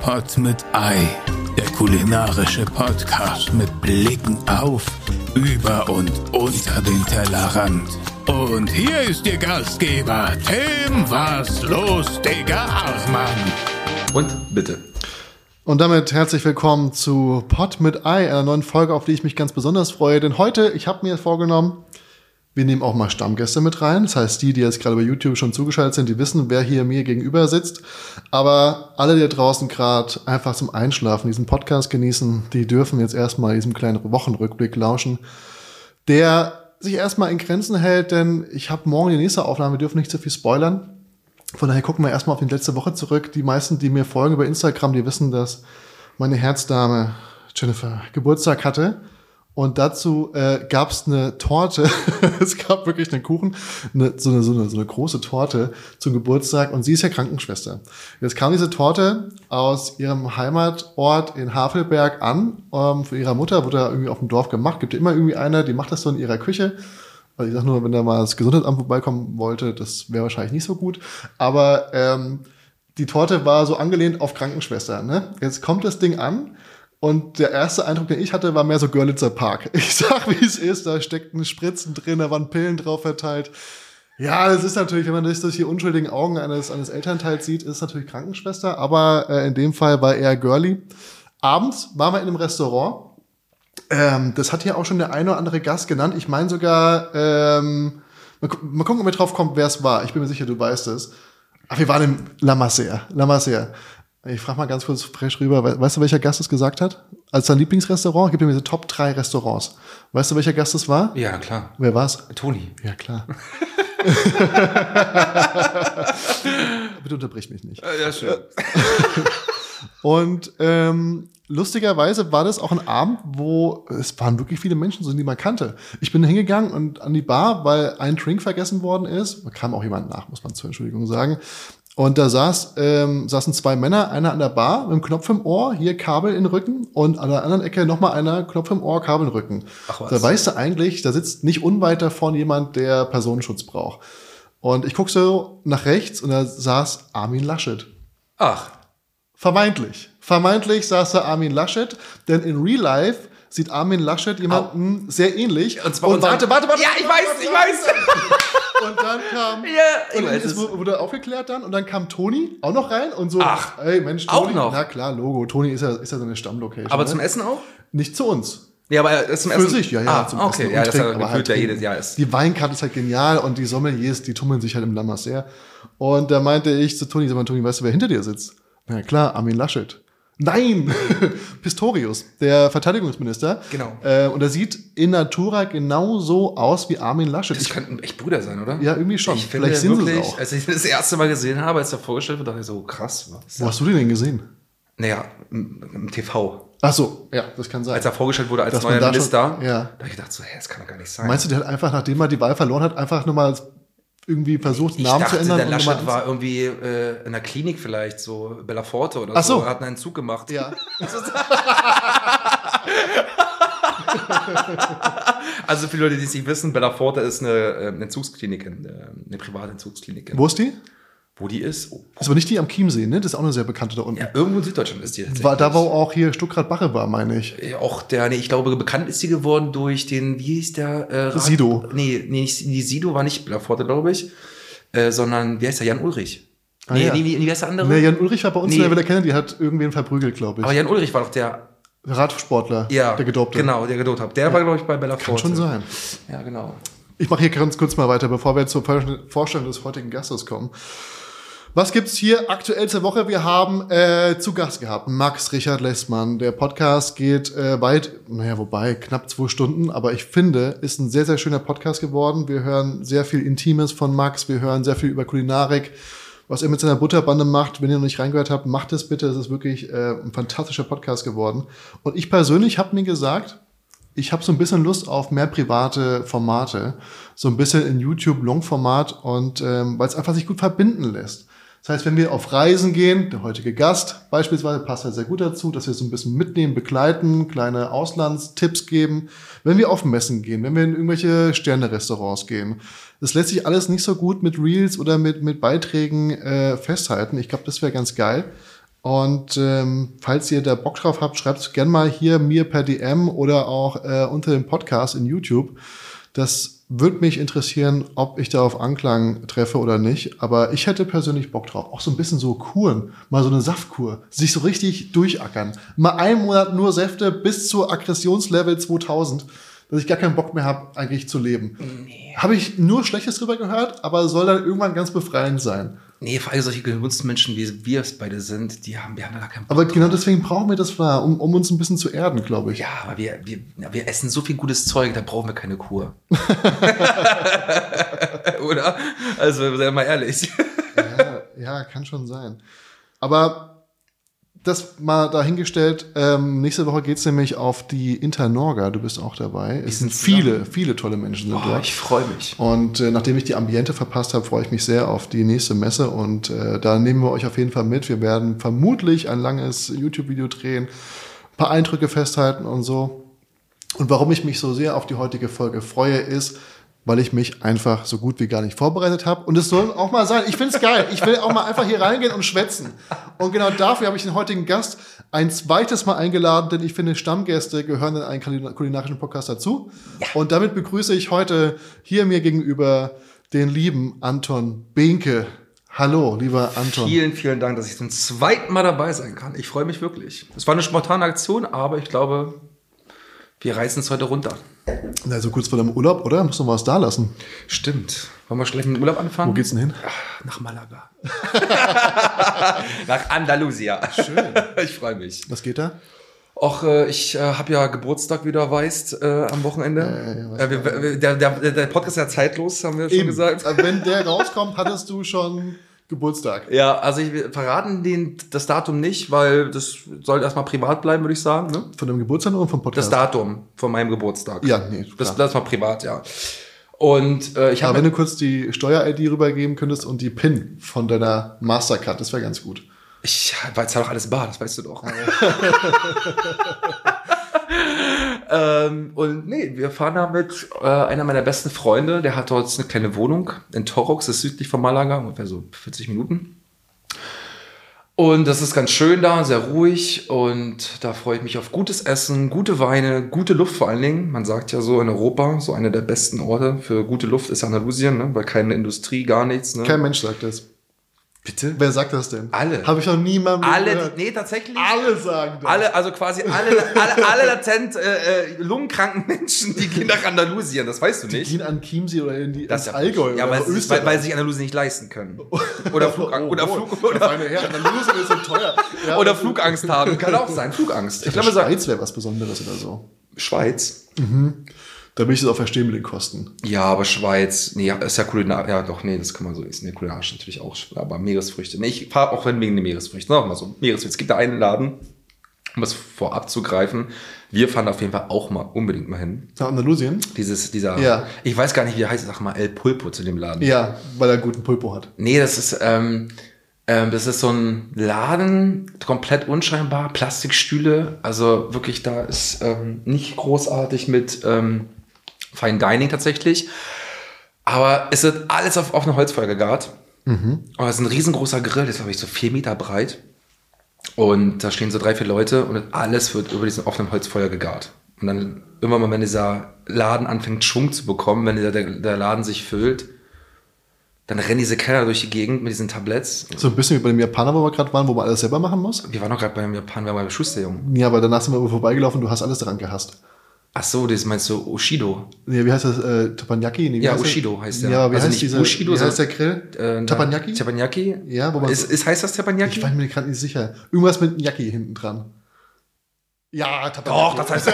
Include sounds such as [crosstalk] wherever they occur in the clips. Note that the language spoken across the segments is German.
Pot mit Ei, der kulinarische Podcast mit Blicken auf, über und unter den Tellerrand. Und hier ist Ihr Gastgeber, Tim Was los, Digga Archmann. Und bitte. Und damit herzlich willkommen zu Pot mit Ei, einer neuen Folge, auf die ich mich ganz besonders freue. Denn heute, ich habe mir vorgenommen, wir nehmen auch mal Stammgäste mit rein. Das heißt, die, die jetzt gerade bei YouTube schon zugeschaltet sind, die wissen, wer hier mir gegenüber sitzt. Aber alle, die da draußen gerade einfach zum Einschlafen diesen Podcast genießen, die dürfen jetzt erstmal diesem kleinen Wochenrückblick lauschen, der sich erstmal in Grenzen hält, denn ich habe morgen die nächste Aufnahme, wir dürfen nicht zu viel spoilern. Von daher gucken wir erstmal auf die letzte Woche zurück. Die meisten, die mir folgen über Instagram, die wissen, dass meine Herzdame Jennifer Geburtstag hatte. Und dazu äh, gab es eine Torte. [laughs] es gab wirklich einen Kuchen, eine, so, eine, so, eine, so eine große Torte zum Geburtstag. Und sie ist ja Krankenschwester. Jetzt kam diese Torte aus ihrem Heimatort in Havelberg an. Ähm, von ihrer Mutter wurde da irgendwie auf dem Dorf gemacht. Gibt ja immer irgendwie eine, die macht das so in ihrer Küche. Also ich sag nur, wenn da mal das Gesundheitsamt vorbeikommen wollte, das wäre wahrscheinlich nicht so gut. Aber ähm, die Torte war so angelehnt auf Krankenschwester. Ne? Jetzt kommt das Ding an und der erste Eindruck, den ich hatte, war mehr so Görlitzer Park. [laughs] Ich sag, wie es ist, da steckten Spritzen drin, da waren Pillen drauf verteilt. Ja, das ist natürlich, wenn man das durch die unschuldigen Augen eines, eines Elternteils sieht, ist es natürlich Krankenschwester, aber äh, in dem Fall war eher Girly. Abends waren wir in einem Restaurant ähm, das hat hier auch schon der eine oder andere Gast genannt. Ich meine sogar, ähm, mal, gu mal gucken, ob wir drauf kommt, wer es war. Ich bin mir sicher, du weißt es. Ach, wir waren im La Masia. La Masia. Ich frage mal ganz kurz fresh rüber. We- Weißt du, welcher Gast es gesagt hat? Als sein Lieblingsrestaurant? Gib mir diese Top 3 Restaurants. Weißt du, welcher Gast es war? Ja, klar. Wer war's? Toni. Ja, klar. [laughs] Bitte unterbrich mich nicht. Äh, Ja, schön. Und ähm, lustigerweise war das auch ein Abend, wo es waren wirklich viele Menschen, so die man kannte. Ich bin hingegangen und an die Bar, weil ein Drink vergessen worden ist. Da kam auch jemand nach, muss man zur Entschuldigung sagen. Und da saß, ähm, saßen zwei Männer, einer an der Bar mit einem Knopf im Ohr, hier Kabel in den Rücken und an der anderen Ecke nochmal einer Knopf im Ohr, Kabel in den Rücken. Ach was. Da weißt du eigentlich, da sitzt nicht unweit davon jemand, der Personenschutz braucht. Und ich guck so nach rechts und da saß Armin Laschet. Ach, Vermeintlich. Vermeintlich saß da Armin Laschet, denn in Real Life sieht Armin Laschet jemanden sehr ähnlich. und zwar. Und dann- warte, warte, warte. Ja, ich weiß, ich [laughs] weiß. Und dann kam. Ja, ich und weiß es es. wu- wurde aufgeklärt dann und dann kam Toni auch noch rein und so. Ach, ey Mensch, auch Toni. noch. Na klar, Logo. Toni ist ja, ist ja seine Stammlocation. Aber ne? zum Essen auch? Nicht zu uns. Ja, aber äh, das zum Für Essen. sich, ja, ja. Ah, zum okay, Essen ja, und das ist Trinken, ja aber gefühlt ja trinken. jedes Jahr ist. Die Weinkarte ist halt genial und die Sommeliers, die tummeln sich halt im Lamas her. Und da meinte ich zu Toni, sag mal, Toni, weißt du, wer hinter dir sitzt? Na klar, Armin Laschet. Nein! [laughs] Pistorius, der Verteidigungsminister. Genau. Äh, und er sieht in Natura genauso aus wie Armin Laschet. Das Ich, könnten echt Brüder sein, oder? ja, irgendwie schon. Ich finde Vielleicht sind sie wirklich, es auch. als ich das erste Mal gesehen habe, als er vorgestellt wurde, dachte ich so, krass, was? Wo hast du den denn gesehen? Naja, im, im TV. Ach so, ja, das kann sein. Als er vorgestellt wurde als Dass man neuer da Minister, schon- ja. da habe ich gedacht so, hä, das kann doch gar nicht sein. Meinst du, der hat einfach, nachdem er die Wahl verloren hat, einfach nochmal irgendwie versucht, Ich Namen dachte, zu ändern? der und nochmal Laschet anzu- war irgendwie äh, in der Klinik vielleicht, so Bellaforte oder Ach so. so. Er hat einen Zug gemacht. Ja. Also für die Leute, die es nicht wissen, Bellaforte ist eine, äh, eine Entzugsklinik, eine, eine private Entzugsklinik. Wo ist die? Wo die ist? Oh. Das war nicht die am Chiemsee, ne? Das ist auch eine sehr bekannte da unten. Ja, irgendwo in Süddeutschland ist die. tatsächlich. War, da wo auch hier Stuckrad-Bache war, meine ich. Äh, auch der, nee, ich glaube, bekannt ist sie geworden durch den, wie hieß der? Äh, Rat- Sido. Nee, nee, nicht, nee, Sido war nicht Bellaforte, glaube ich, äh, sondern, wie heißt der, Jan Ulrich? Ah, nee, ja. nee, wie, wie heißt der andere? Ne, Jan Ulrich war bei uns Ähm, Nee. in der Villa Kenne, die hat irgendwen verprügelt, glaube ich. Aber Jan Ulrich war doch der, Radsportler, ja, der Gedopte. Genau, der gedopt hat. Der war, glaube ich, bei Bellaforte. Kann schon sein. Ja, genau. Ich mache hier ganz kurz mal weiter, bevor wir zur Vorstell- Vorstellung des heutigen Gastes kommen. Was gibt's hier aktuell zur Woche? Wir haben äh, zu Gast gehabt Max Richard Lessmann. Der Podcast geht äh, weit, naja, wobei knapp zwei Stunden, aber ich finde, ist ein sehr, sehr schöner Podcast geworden. Wir hören sehr viel Intimes von Max, wir hören sehr viel über Kulinarik, was er mit seiner Butterbande macht. Wenn ihr noch nicht reingehört habt, macht es bitte. Es ist wirklich äh, ein fantastischer Podcast geworden. Und ich persönlich habe mir gesagt, ich habe so ein bisschen Lust auf mehr private Formate, so ein bisschen in YouTube Long-Format und ähm, weil es einfach sich gut verbinden lässt. Das heißt, wenn wir auf Reisen gehen, der heutige Gast beispielsweise passt halt sehr gut dazu, dass wir so ein bisschen mitnehmen, begleiten, kleine Auslandstipps geben. Wenn wir auf Messen gehen, wenn wir in irgendwelche Sterne-Restaurants gehen, das lässt sich alles nicht so gut mit Reels oder mit, mit Beiträgen äh, festhalten. Ich glaube, das wäre ganz geil. Und ähm, falls ihr da Bock drauf habt, schreibt es gerne mal hier mir per DM oder auch äh, unter dem Podcast in YouTube. Das würde mich interessieren, ob ich da auf Anklang treffe oder nicht. Aber ich hätte persönlich Bock drauf. Auch so ein bisschen so Kuren, mal so eine Saftkur. Sich so richtig durchackern. Mal einen Monat nur Säfte bis zur Aggressionslevel 2000, dass ich gar keinen Bock mehr habe, eigentlich zu leben. Habe ich nur Schlechtes drüber gehört, aber soll dann irgendwann ganz befreiend sein. Nee, vor allem solche Genussmenschen, wie wir es beide sind, die haben, wir haben da gar keinen Bock. Aber genau deswegen brauchen wir das Flair, um, um uns ein bisschen zu erden, glaube ich. Ja, aber wir, wir, ja, wir essen so viel gutes Zeug, da brauchen wir keine Kur. Oder? Also, seien wir mal ehrlich. Ja, ja, kann schon sein. Aber das mal dahingestellt. Ähm, nächste Woche geht's nämlich auf die Internorga. Du bist auch dabei. Es sind sind zusammen. viele, viele tolle Menschen sind Boah, dort. ich freue mich. Und äh, nachdem ich die Ambiente verpasst habe, freue ich mich sehr auf die nächste Messe. Und äh, da nehmen wir euch auf jeden Fall mit. Wir werden vermutlich ein langes YouTube-Video drehen, ein paar Eindrücke festhalten und so. Und warum ich mich so sehr auf die heutige Folge freue, ist, weil ich mich einfach so gut wie gar nicht vorbereitet habe. Und es soll auch mal sein. Ich finde es geil. Ich will auch mal einfach hier reingehen und schwätzen. Und genau dafür habe ich den heutigen Gast ein zweites Mal eingeladen, denn ich finde, Stammgäste gehören in einen kulina- kulinarischen Podcast dazu. Und damit begrüße ich heute hier mir gegenüber den lieben Anton Behnke. Hallo, lieber Anton. Vielen, vielen Dank, dass ich zum zweiten Mal dabei sein kann. Ich freue mich wirklich. Es war eine spontane Aktion, aber ich glaube, wir reißen es heute runter. Na, so kurz vor deinem Urlaub, oder? Musst du mal was da lassen. Stimmt. Wollen wir schlecht mit dem Urlaub anfangen? Wo geht's denn hin? Ach, Nach Malaga. [laughs] Nach Andalusia. Schön. Ich freue mich. Was geht da? Och, äh, ich äh, habe ja Geburtstag, wie du weißt, äh, am Wochenende. äh, wir, wir, der, der, der Podcast ist ja zeitlos, haben wir schon gesagt. Äh, Wenn der rauskommt, hattest du schon Geburtstag. Ja, also ich, wir verraten den, das Datum nicht, weil das soll erstmal privat bleiben, würde ich sagen. Ne? Von dem Geburtstag oder vom Das Podcast? Datum von meinem Geburtstag. Ja, nee, klar. Das bleibt mal privat, ja. Und äh, ich ja, habe wenn du kurz die Steuer-ID rübergeben könntest und die PIN von deiner Mastercard, das wäre ganz gut. Ich war jetzt doch alles bar, das weißt du [laughs] doch. ähm, und nee, wir fahren da mit äh, einer meiner besten Freunde, der hat dort eine kleine Wohnung in Torox, das ist südlich von Malaga, ungefähr so 40 Minuten. Und das ist ganz schön da, sehr ruhig und da freue ich mich auf gutes Essen, gute Weine, gute Luft vor allen Dingen. Man sagt ja so in Europa, so einer der besten Orte für gute Luft ist Andalusien, ne? weil keine Industrie, gar nichts. Ne? Kein Mensch sagt das. Bitte? Wer sagt das denn? Alle. Habe ich noch nie in meinem Leben Alle, gehört. nee, tatsächlich. Alle sagen das. Alle, also quasi alle, alle, alle latent äh, äh, lungenkranken Menschen, die gehen nach Andalusien, das weißt du nicht. Gehen an Chiemsee oder in die, Das ist das ja- Allgäu ja, oder weil, nach sie- Österreich. Oh, weil, weil sie sich Andalusien nicht leisten [laughs] können. Oder, Flug, oder, Flug, oder, Meine Herren, Andalusien ist [laughs] so teuer. Ja, oder das- Flugangst haben. Kann auch sein, Flugangst. Ich glaube, sagen Schweiz wäre was Besonderes oder so. Schweiz. Damit ich das auch verstehe mit den Kosten. Ja, aber Schweiz, nee, ist ja kulinarisch. Ja, doch, nee, das kann man so essen. Nee, kulinarisch natürlich auch, aber Meeresfrüchte. Nee, ich fahre auch wenn wegen den Meeresfrüchten. Sag mal so, Meeresfrüchte. Es gibt da einen Laden, um es vorab zu greifen. Wir fahren auf jeden Fall auch mal unbedingt mal hin. Nach Andalusien? Dieses, dieser, Ja. ich weiß gar nicht, wie er heißt, sag mal El Pulpo zu dem Laden. Ja, weil er einen guten Pulpo hat. Nee, das ist, ähm, ähm, das ist so ein Laden, komplett unscheinbar, Plastikstühle, also wirklich, da ist ähm, nicht großartig mit ähm, Fine Dining tatsächlich. Aber es wird alles auf offene Holzfeuer gegart. Aber es ist ein riesengroßer Grill, der ist, glaube ich, so vier Meter breit. Und da stehen so drei, vier Leute und alles wird über diesen offenen Holzfeuer gegart. Und dann immer mal, wenn dieser Laden anfängt, Schwung zu bekommen, wenn der, der Laden sich füllt, dann rennen diese Kellner durch die Gegend mit diesen Tabletts. So ein bisschen wie bei dem Japaner, wo wir gerade waren, wo man alles selber machen muss. Wir waren doch gerade beim Japan, wir waren beim Schusterjungen. Ja, aber danach sind wir vorbeigelaufen, du hast alles daran gehasst. Ach so, das meinst du Oshido? Nee, wie heißt das? Äh, Tapanyaki? Nee, wie Ja, heißt das? Ushido heißt der. Ja, aber wie Also heißt nicht dieser? Ushido, wie heißt der sondern- Grill? Äh, Tapanyaki? Tapanyaki? Ja, wo man- ist, ist, heißt das Tapanyaki? ich war mir gerade nicht sicher. Irgendwas mit Yaki hinten dran. Ja, Doch, Tapanyaki. das heißt.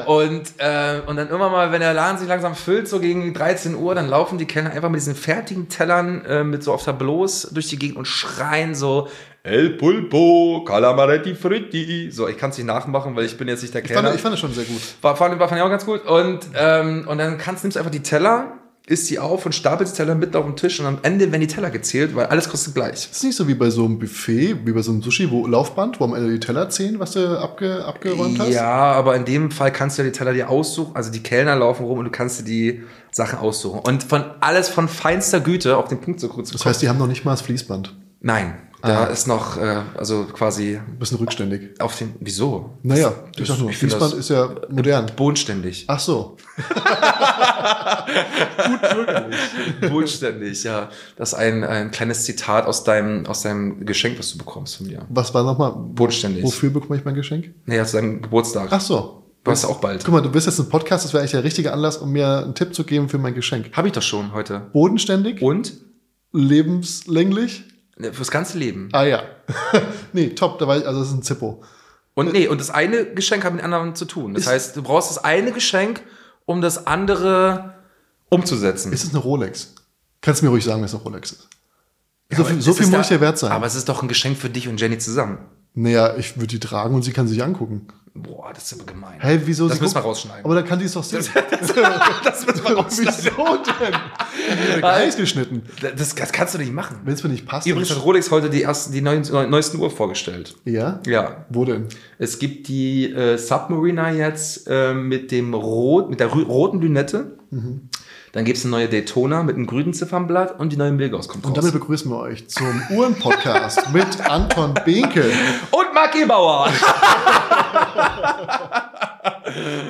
[laughs] und, äh, und dann immer mal, wenn der Laden sich langsam füllt, so gegen 13 Uhr, dann laufen die Kellner einfach mit diesen fertigen Tellern äh, mit so auf Tableaus durch die Gegend und schreien so El Pulpo, Calamaretti Fritti. So, ich kann es nicht nachmachen, weil ich bin jetzt nicht der ich, fand, Kellner. ich fand das schon sehr gut. War, fand, war, fand ich auch ganz gut. Und, ähm, und dann kannst, nimmst du einfach die Teller, isst die auf und stapelst die Teller mitten auf dem Tisch und am Ende werden die Teller gezählt, weil alles kostet gleich. Das ist nicht so wie bei so einem Buffet, wie bei so einem Sushi, wo Laufband, wo am Ende die Teller zählen, was du abge, abgeräumt hast. Ja, aber in dem Fall kannst du ja die Teller dir aussuchen, also die Kellner laufen rum und du kannst dir die Sachen aussuchen. Und von alles von feinster Güte auf den Punkt so kurz zu Das heißt, die haben noch nicht mal das Fließband. Nein, da ist noch, äh, also quasi Ein bisschen rückständig. auf den. Wieso? Naja, Das- ich sag nur, ich find Fließband das- ist ja modern. [laughs] Bodenständig. Ach so. Bodenständig, ja. Das ist ein, ein kleines Zitat aus deinem, aus deinem Geschenk, was du bekommst von mir. Was war nochmal? Bodenständig. Wofür bekomme ich mein Geschenk? Nee, aus deinem Geburtstag. Ach so. Du hast auch bald. Guck mal, du bist jetzt ein Podcast, das wäre eigentlich der richtige Anlass, um mir einen Tipp zu geben für mein Geschenk. Habe ich doch schon heute. Bodenständig, Und? lebenslänglich. Ne, Fürs ganze Leben. Ah ja. [laughs] nee, top, da war ich, also das ist ein Zippo. Und nee, und das eine Geschenk hat mit dem anderen zu tun. Das Ist- heißt, du brauchst das eine Geschenk, um das andere umzusetzen. Ist es eine Rolex? Kannst du mir ruhig sagen, dass es eine Rolex ist? Ja, so aber viel, so es viel ist muss ja- ich dir wert sein. Aber es ist doch ein Geschenk für dich und Jenny zusammen. naja, ich würde die tragen und sie kann sich angucken. Boah, das ist aber gemein. Hey, wieso? Das sie müssen wir guckt- rausschneiden. Aber dann kann die es [laughs] doch sehen. das, müssen [laughs] wir rausschneiden. Wieso denn? Die wird Gleich geschnitten. [laughs] das, das kannst du nicht machen. Wenn es mir nicht passt. Übrigens dann- hat Rolex heute die, ersten, die neuen, neuesten Uhr vorgestellt. ja? Ja. Wo denn? Es gibt die äh, Submariner jetzt äh, mit dem Rot, mit der rü- roten Lünette. Mhm. Dann gibt es eine neue Daytona mit einem grünen Ziffernblatt und die neue Milgos kommt Und raus. damit begrüßen wir euch zum [laughs] Uhren-Podcast mit Anton Behnke. Und Marc [laughs] Gebauer!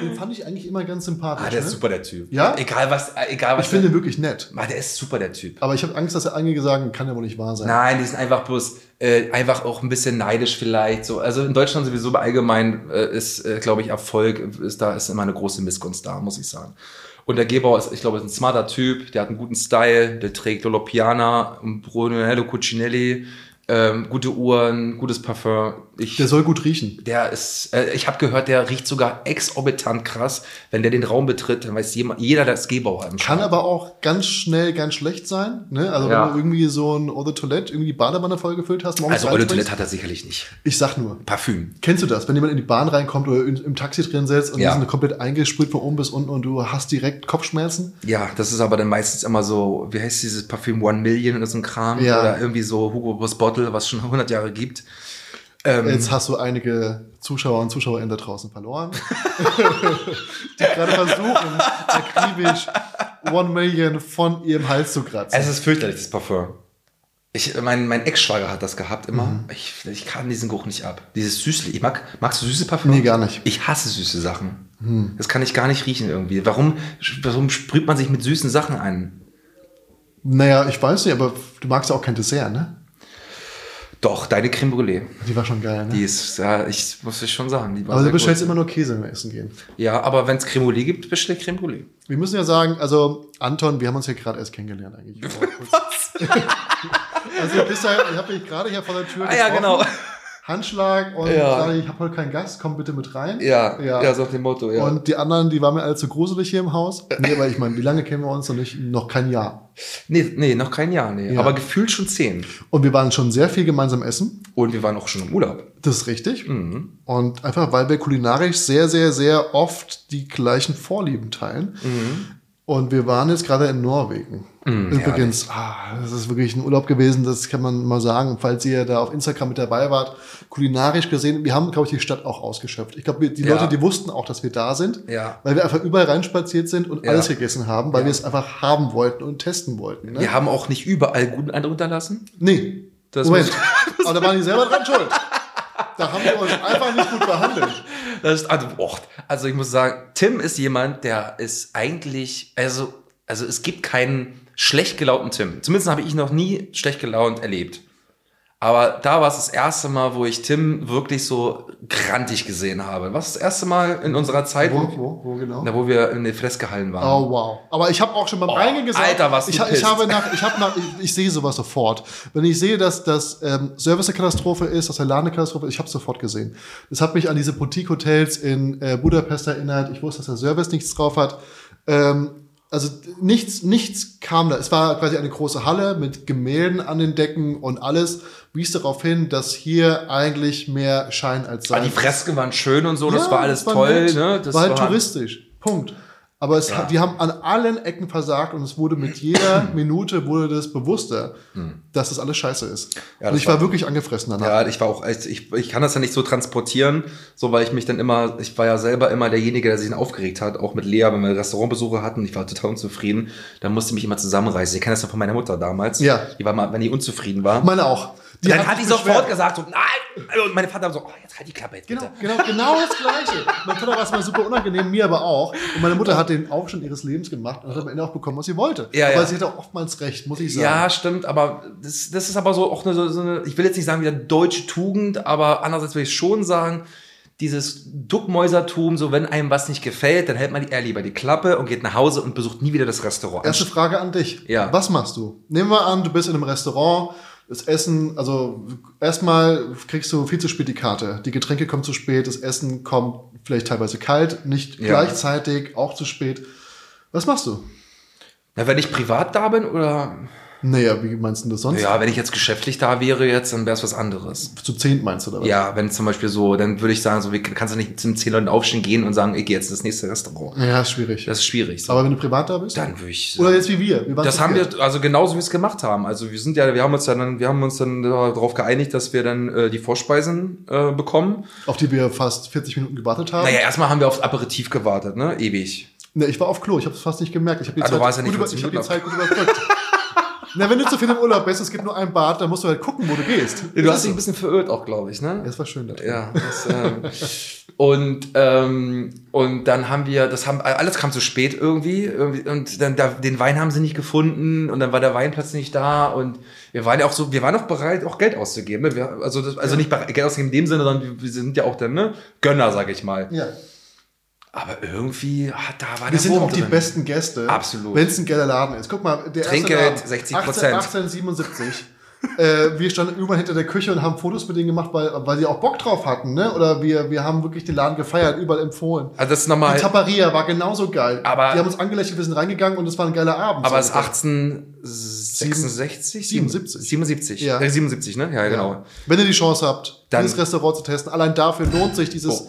Den fand ich eigentlich immer ganz sympathisch. Ah, der ist ne? super, der Typ. Ja? Egal was, äh, egal was. Ich finde ihn wirklich nett. Ah, der ist super, der Typ. Aber ich habe Angst, dass er einige sagen, kann ja wohl nicht wahr sein. Nein, die sind einfach bloß, äh, einfach auch ein bisschen neidisch vielleicht. So, also in Deutschland sowieso bei allgemein äh, ist, äh, glaube ich, Erfolg, ist, da ist immer eine große Missgunst da, muss ich sagen. Und der Gebauer ist, ich glaube, ist ein smarter Typ, der hat einen guten Style, der trägt Lolo Piana, und Brunello Cucinelli, ähm, gute Uhren, gutes Parfum. Ich, Der soll gut riechen. der ist, äh, ich habe gehört, der riecht sogar exorbitant krass. Wenn der den Raum betritt, dann weiß jemand, jeder, das Gebauer im Kann aber auch ganz schnell ganz schlecht sein. Ne? Also Ja. wenn du irgendwie so ein Eau de Toilette, irgendwie die Badewanne vollgefüllt hast. morgens Also Olle reinspringst. Toilette hat er sicherlich nicht. Ich sag nur. Parfüm. Kennst du das, wenn jemand in die Bahn reinkommt oder in, im Taxi drin sitzt und Ja. die sind komplett eingesprüht von oben bis unten und du hast direkt Kopfschmerzen? Ja, das ist aber dann meistens immer so, wie heißt dieses Parfüm One Million oder so ein Kram Ja. oder irgendwie so Hugo Boss Bottle, was schon [laughs] 100 Jahre gibt. Jetzt Mhm. hast du einige Zuschauer und Zuschauerinnen da draußen verloren, [laughs] die gerade versuchen, akribisch One Million von ihrem Hals zu kratzen. Es ist fürchterlich, das Parfüm. Ich, mein mein Ex-Schwager hat das gehabt immer. Mhm. Ich, ich kann diesen Geruch nicht ab. Dieses süße, ich mag, magst du süße Parfüm? Nee, gar nicht. Hm. Ich hasse süße Sachen. Das kann ich gar nicht riechen irgendwie. Warum, warum sprüht man sich mit süßen Sachen ein? naja, ich weiß nicht, aber du magst ja auch kein Dessert, ne? Doch, deine Creme Brûlée. Die war schon geil, ne? Die ist, ja, ich muss ich schon sagen. Die war aber du sehr bestellst gut. immer nur Käse, wenn wir essen gehen. Ja, aber wenn es Creme Brûlée gibt, bestell Creme Brûlée. Wir müssen ja sagen, also Anton, wir haben uns hier gerade erst kennengelernt [laughs] eigentlich. Was? [laughs] Also bisher, ich habe mich gerade hier vor der Tür Ah, ja, getroffen. genau. Handschlag und Ja. sage, ich habe heute keinen Gast, komm bitte mit rein. Ja, ja, ja. so auf dem Motto, ja. Und die anderen, die waren mir alle zu gruselig hier im Haus. Nee, aber ich meine, wie lange kennen wir uns noch nicht? Noch kein Jahr. nee, nee, noch kein Jahr, nee. Ja. Aber gefühlt schon zehn. Und wir waren schon sehr viel gemeinsam essen. Und wir waren auch schon im Urlaub. Das ist richtig. Mhm. Und einfach, weil wir kulinarisch sehr, sehr, sehr oft die gleichen Vorlieben teilen. Mhm. Und wir waren jetzt gerade in Norwegen. Übrigens, ah, das ist wirklich ein Urlaub gewesen, das kann man mal sagen. Falls ihr da auf Instagram mit dabei wart, kulinarisch gesehen, wir haben, glaube ich, die Stadt auch ausgeschöpft. Ich glaube, wir- die Ja. Leute, die wussten auch, dass wir da sind, Ja. weil wir einfach überall reinspaziert sind und Ja. alles gegessen haben, weil wir es einfach haben wollten und testen wollten. Ne? Wir haben auch nicht überall guten Eindruck hinterlassen. Nee. Das Moment. [laughs] muss- Aber da waren die selber dran schuld. Da haben wir uns einfach nicht gut behandelt. Das ist, also, och, also ich muss sagen, Tim ist jemand, der ist eigentlich, also, also es gibt keinen schlecht gelaunten Tim. Zumindest habe ich noch nie schlecht gelaunt erlebt. Aber da war es das erste Mal, wo ich Tim wirklich so grantig gesehen habe. Was das erste Mal in unserer Zeit, Wo, wo, wo genau? Na, wo wir in den Fressgehallen waren. Oh wow. Aber ich habe auch schon beim Reingehen gesagt, Alter, warst du ich, ha- ich pisst. habe nach, ich habe nach, ich, ich sehe sowas sofort. Wenn ich sehe, dass das ähm, Service eine Katastrophe ist, dass der Laden eine Katastrophe ist, ich habe sofort gesehen. Das hat mich an diese Boutique Hotels in äh, Budapest erinnert. Ich wusste, dass der Service nichts drauf hat. Ähm, also nichts, nichts kam da. Es war quasi eine große Halle mit Gemälden an den Decken und alles wies darauf hin, dass hier eigentlich mehr Schein als Ah, Sein. die Fresken waren schön und so, das Ja, war alles war toll. nett. Ne? Das war halt touristisch. Punkt. Aber es Ja. hat, die haben an allen Ecken versagt und es wurde [clears throat] mit jeder Minute wurde das bewusster, dass das alles scheiße ist. Hm. Ja, und das ich war, war- wirklich angefressen danach. Ja, ich war auch, ich, ich- ich kann das ja nicht so transportieren, so weil ich mich dann immer, ich war ja selber immer derjenige, der sich dann aufgeregt hat, auch mit Lea, wenn wir Restaurantbesuche hatten, ich war total unzufrieden, dann musste ich mich immer zusammenreißen. Ich kenne das noch von meiner Mutter damals. Ja. Die war mal, wenn die unzufrieden war. Meine auch. Und dann hat hat die sich sofort beschwert. gesagt, so, nein. Und meine Vater so, oh, jetzt halt die Klappe jetzt Genau, bitte. genau, genau das Gleiche. Mein Vater war es mal super unangenehm, mir aber auch. Und meine Mutter hat den Aufstand ihres Lebens gemacht und hat am Ende auch bekommen, was sie wollte. Ja, aber ja. sie hatte auch oftmals recht, muss ich sagen. Ja, stimmt, aber das, das ist aber so auch eine, so so eine, ich will jetzt nicht sagen wieder deutsche Tugend, aber andererseits will ich schon sagen, dieses Duckmäusertum, so wenn einem was nicht gefällt, dann hält man eher lieber die Klappe und geht nach Hause und besucht nie wieder das Restaurant. Erste Frage an dich. Ja. Was machst du? Nehmen wir an, du bist in einem Restaurant, das Essen, also erstmal kriegst du viel zu spät die Karte. Die Getränke kommen zu spät, das Essen kommt vielleicht teilweise kalt, nicht Ja. gleichzeitig, auch zu spät. Was machst du? Na, wenn ich privat da bin oder Naja, wie meinst du das sonst? ja, wenn ich jetzt geschäftlich da wäre jetzt, dann wäre es was anderes. Zu zehn meinst du oder was? Ja, wenn zum Beispiel so, dann würde ich sagen, so, wie kannst du nicht zum zehn Leuten aufstehen gehen und sagen, ich gehe jetzt in das nächste Restaurant. Ja, ist schwierig. Das ist schwierig. So. aber wenn du privat da bist? dann würde ich. Oder jetzt wie wir. wir waren Das zu haben viert. wir, also genauso wie wir es gemacht haben. Also wir sind ja, wir haben uns ja dann, wir haben uns dann darauf geeinigt, dass wir dann äh, die Vorspeisen äh, bekommen. Auf die wir fast 40 Minuten gewartet haben. Naja, erstmal haben wir aufs Aperitif gewartet, ne? Ewig. Ne, ich war auf Klo, ich habe es fast nicht gemerkt. Ich habe die, Ah, du warst Zeit ja gut nicht 40 über- ich hab die Minuten Zeit gut überbrückt. [laughs] Na, wenn du zu viel im Urlaub bist, es gibt nur ein Bad, dann musst du halt gucken, wo du gehst. Du Das hast ist dich ein bisschen verirrt auch, glaube ich, ne? so. Es war schön. da drin. Ja, das, ähm, und, ähm, und dann haben wir, das haben, alles kam zu spät irgendwie, irgendwie und dann, da, den Wein haben sie nicht gefunden und dann war der Weinplatz nicht da und wir waren ja auch so, wir waren auch bereit, auch Geld auszugeben, ne? wir, also, das, also nicht bereit, Geld auszugeben in dem Sinne, sondern wir, wir sind ja auch dann, ne, Gönner, sag ich mal. ja. Aber irgendwie, ah, da war Wir der sind Wurm auch die drin. besten Gäste. Absolut. Wenn es ein geiler Laden ist. Guck mal, der Trinkgeld, erste 60%. Laden, 1877. äh, wir standen irgendwann hinter der Küche und haben Fotos mit denen gemacht, weil, weil sie auch Bock drauf hatten. Ne? Oder wir, wir haben wirklich den Laden gefeiert, überall empfohlen. Also das ist Die nochmal, Taparia war genauso geil. Aber- die haben uns angelächelt, wir sind reingegangen und es war ein geiler Abend. aber es So. ist 1866? 77. 77, Ja. äh, 77, ne? Ja, genau. Ja. Wenn ihr die Chance habt, Dann- Oh. dieses Restaurant zu testen, allein dafür lohnt sich dieses,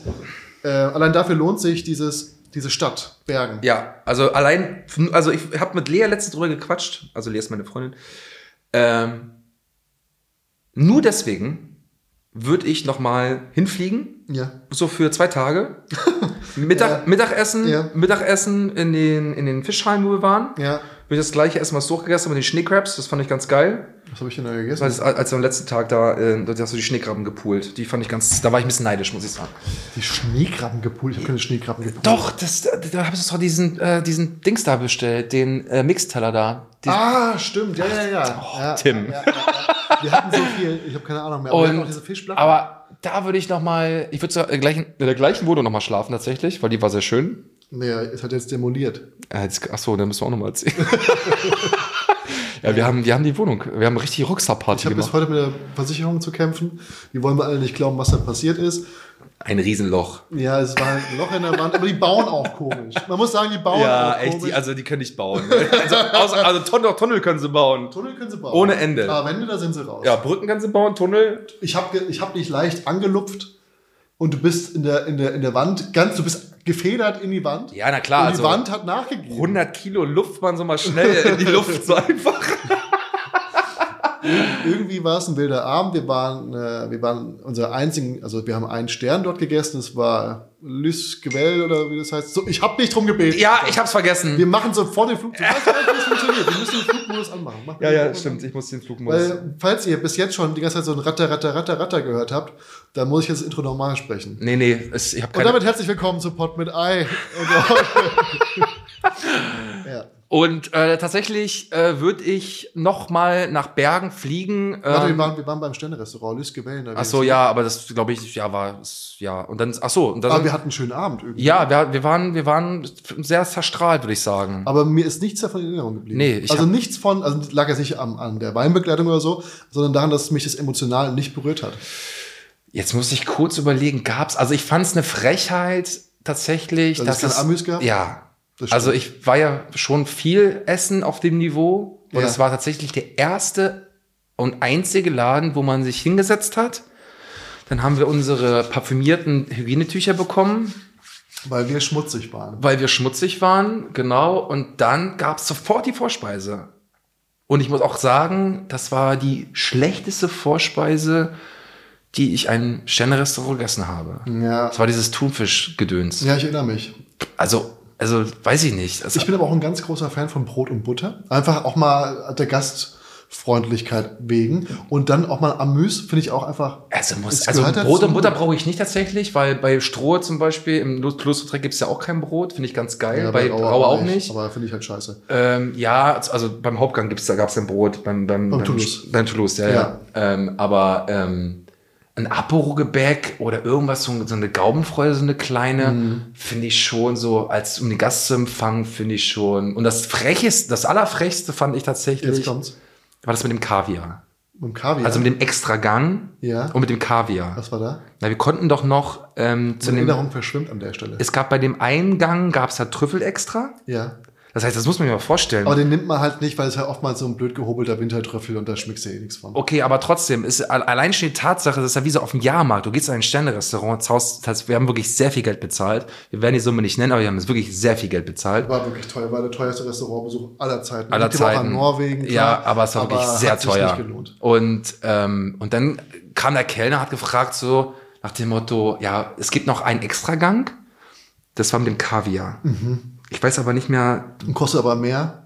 äh, allein dafür lohnt sich dieses, diese Stadt, Bergen. Ja, also allein, also ich habe mit Lea letztens drüber gequatscht, also Lea ist meine Freundin. Ähm, nur deswegen würde ich nochmal hinfliegen, Ja. so für zwei [laughs] Tage. Mittag, Mittagessen, Ja. Mittagessen in den, in den Fischhallen, wo wir waren. Ja. Bin ich das gleiche Essen, was ich durchgegessen habe, mit den Schneecrabs, das fand ich ganz geil. Was habe ich denn da gegessen? Als, als am letzten Tag da, äh, da hast du die Schneekrabben gepoolt. Die fand ich ganz, da war ich ein bisschen neidisch, muss ich sagen. die Schneekrabben gepult. Ich habe keine Schneekrabben gepult. Doch, das, da, da habe ich doch diesen, äh, diesen Dings da bestellt, den äh, Mixteller da. Diesen- Ah, stimmt. Ja, ja, ja. ja Oh, Tim. Ja, ja, ja. Wir hatten so viel. Ich habe keine Ahnung mehr. Aber wir hatten Und- auch diese Fischplatten. Aber da würde ich noch mal, ich würde zur gleichen, in der gleichen Wohnung noch mal schlafen tatsächlich, weil die war sehr schön. nee, es hat jetzt demoliert. Äh, jetzt- ach so, da müssen wir auch noch mal [laughs] erzählen. ja, wir haben, wir haben die Wohnung, wir haben richtig Ich Rucksackparty habe bis gemacht. heute mit der Versicherung zu kämpfen. Die wollen mir alle nicht glauben, was da passiert ist. Ein Riesenloch. Ja, es war halt ein Loch in der Wand. Aber die bauen auch komisch. Man muss sagen, die bauen auch komisch. also die können nicht bauen. also, außer, also Tunnel, Tunnel können sie bauen. Tunnel können sie bauen. Ohne Ende. Aber Wände, da sind sie raus. Ja, Brücken können sie bauen, Tunnel. Ich habe ich hab dich leicht angelupft und du bist in der, in der, in der Wand ganz, du bist gefedert in die Wand. Ja, na klar, Und also- die Wand hat nachgegeben. 100 Kilo Luft waren so mal schnell in die Luft, so einfach. Irgendwie war es ein wilder Abend. Wir waren, äh, wir waren unser einzigen, also wir haben einen Stern dort gegessen. Es war Lys Gewell oder wie das heißt. So, ich habe nicht drum gebeten. Ja, ich hab's vergessen. Wir machen so vor dem Flug. Du weißt gar nicht, wie es funktioniert. Wir müssen den Flugmodus anmachen. Mach mal den Flugmodus an. Ich muss den Flugmodus. Weil, falls ihr bis jetzt schon die ganze Zeit so ein Ratter, Ratter, Ratter, Ratter gehört habt, dann muss ich jetzt das Intro nochmal sprechen. Nee, nee, es, ich habe Und keine damit herzlich willkommen zu Pod mit Ei. [laughs] ja. Und äh, tatsächlich äh, würde ich noch mal nach Bergen fliegen. Warte, wir Ähm, waren, wir waren beim ne, Ständerestaurant, Lys Gewellen. da ach so, wenigstens. ja, aber das glaube ich, ja, war es, ja. Und dann, ach so, und dann, Aber wir hatten einen schönen Abend irgendwie. ja, wir, wir waren, wir waren sehr zerstrahlt, würde ich sagen. Aber mir ist nichts davon in Erinnerung geblieben. Nee, ich also hab- nichts von, also lag jetzt nicht am, an der Weinbegleitung oder so, sondern daran, dass mich das emotional nicht berührt hat. Jetzt muss ich kurz überlegen, gab's? Also ich fand es eine Frechheit tatsächlich, Dass es keine Amüs gab? Ja. Das stimmt. Also ich war ja schon viel essen auf dem Niveau und Ja. es war tatsächlich der erste und einzige Laden, wo man sich hingesetzt hat. Dann haben wir unsere parfümierten Hygienetücher bekommen, Weil wir schmutzig waren. weil wir schmutzig waren, genau. Und dann gab's sofort die Vorspeise. Und ich muss auch sagen, das war die schlechteste Vorspeise, die ich einem Sterne-Restaurant gegessen habe. Ja. Das war dieses Thunfisch-Gedöns. Ja, ich erinnere mich. Also, also weiß ich nicht. Also, Ich bin aber auch ein ganz großer Fan von Brot und Butter. Einfach auch mal der Gast Freundlichkeit wegen. Und dann auch mal Amüs finde ich auch einfach. Also muss, es also gehört Brot dazu. und Butter brauche ich nicht tatsächlich, weil bei Stroh zum Beispiel im Lu- Klostertreck gibt es ja auch kein Brot, finde ich ganz geil. Ja, bei Brau auch nicht. Aber finde ich halt scheiße. Ähm, ja, also beim Hauptgang gibt's, da gab's ein Brot. Beim, beim, Beim beim Toulouse. Beim Toulouse, ja, ja. Ja. Ähm, aber ähm, ein Apero-Gebäck oder irgendwas, so, so eine Gaubenfreude, so eine kleine, Mhm. finde ich schon so, als um den Gast zu empfangen, finde ich schon. Und das Frecheste, das Allerfrechste fand ich tatsächlich, Jetzt kommt's. war das mit dem Kaviar. Mit dem Kaviar. Also mit dem Extragang Ja. und mit dem Kaviar. Was war da? Na, wir konnten doch noch ähm, zu Die dem, Erinnerung verschwimmt an der Stelle. es gab bei dem Eingang, gab's da Trüffel extra. ja. Das heißt, das muss man sich mal vorstellen. Aber den nimmt man halt nicht, weil es ja oftmals so ein blöd gehobelter Wintertrüffel und da schmeckst du eh nichts von. Okay, aber trotzdem, ist al- allein schon die Tatsache, das ist ja wie so auf dem Jahrmarkt. Du gehst in ein Ständerestaurant, zahlst, das heißt, wir haben wirklich sehr viel Geld bezahlt. Wir werden die Summe nicht nennen, aber wir haben jetzt wirklich sehr viel Geld bezahlt. War wirklich teuer, war der teuerste Restaurantbesuch aller Zeiten. Aller Liegt aber auch Zeiten. An Norwegen. ja, klar, aber es war wirklich sehr hat sich teuer. Nicht gelohnt. Und, ähm, und dann kam der Kellner, hat gefragt so nach dem Motto, ja, es gibt noch einen Extragang. Das war mit dem Kaviar. Mhm. Ich weiß aber nicht mehr, Und kostet aber mehr.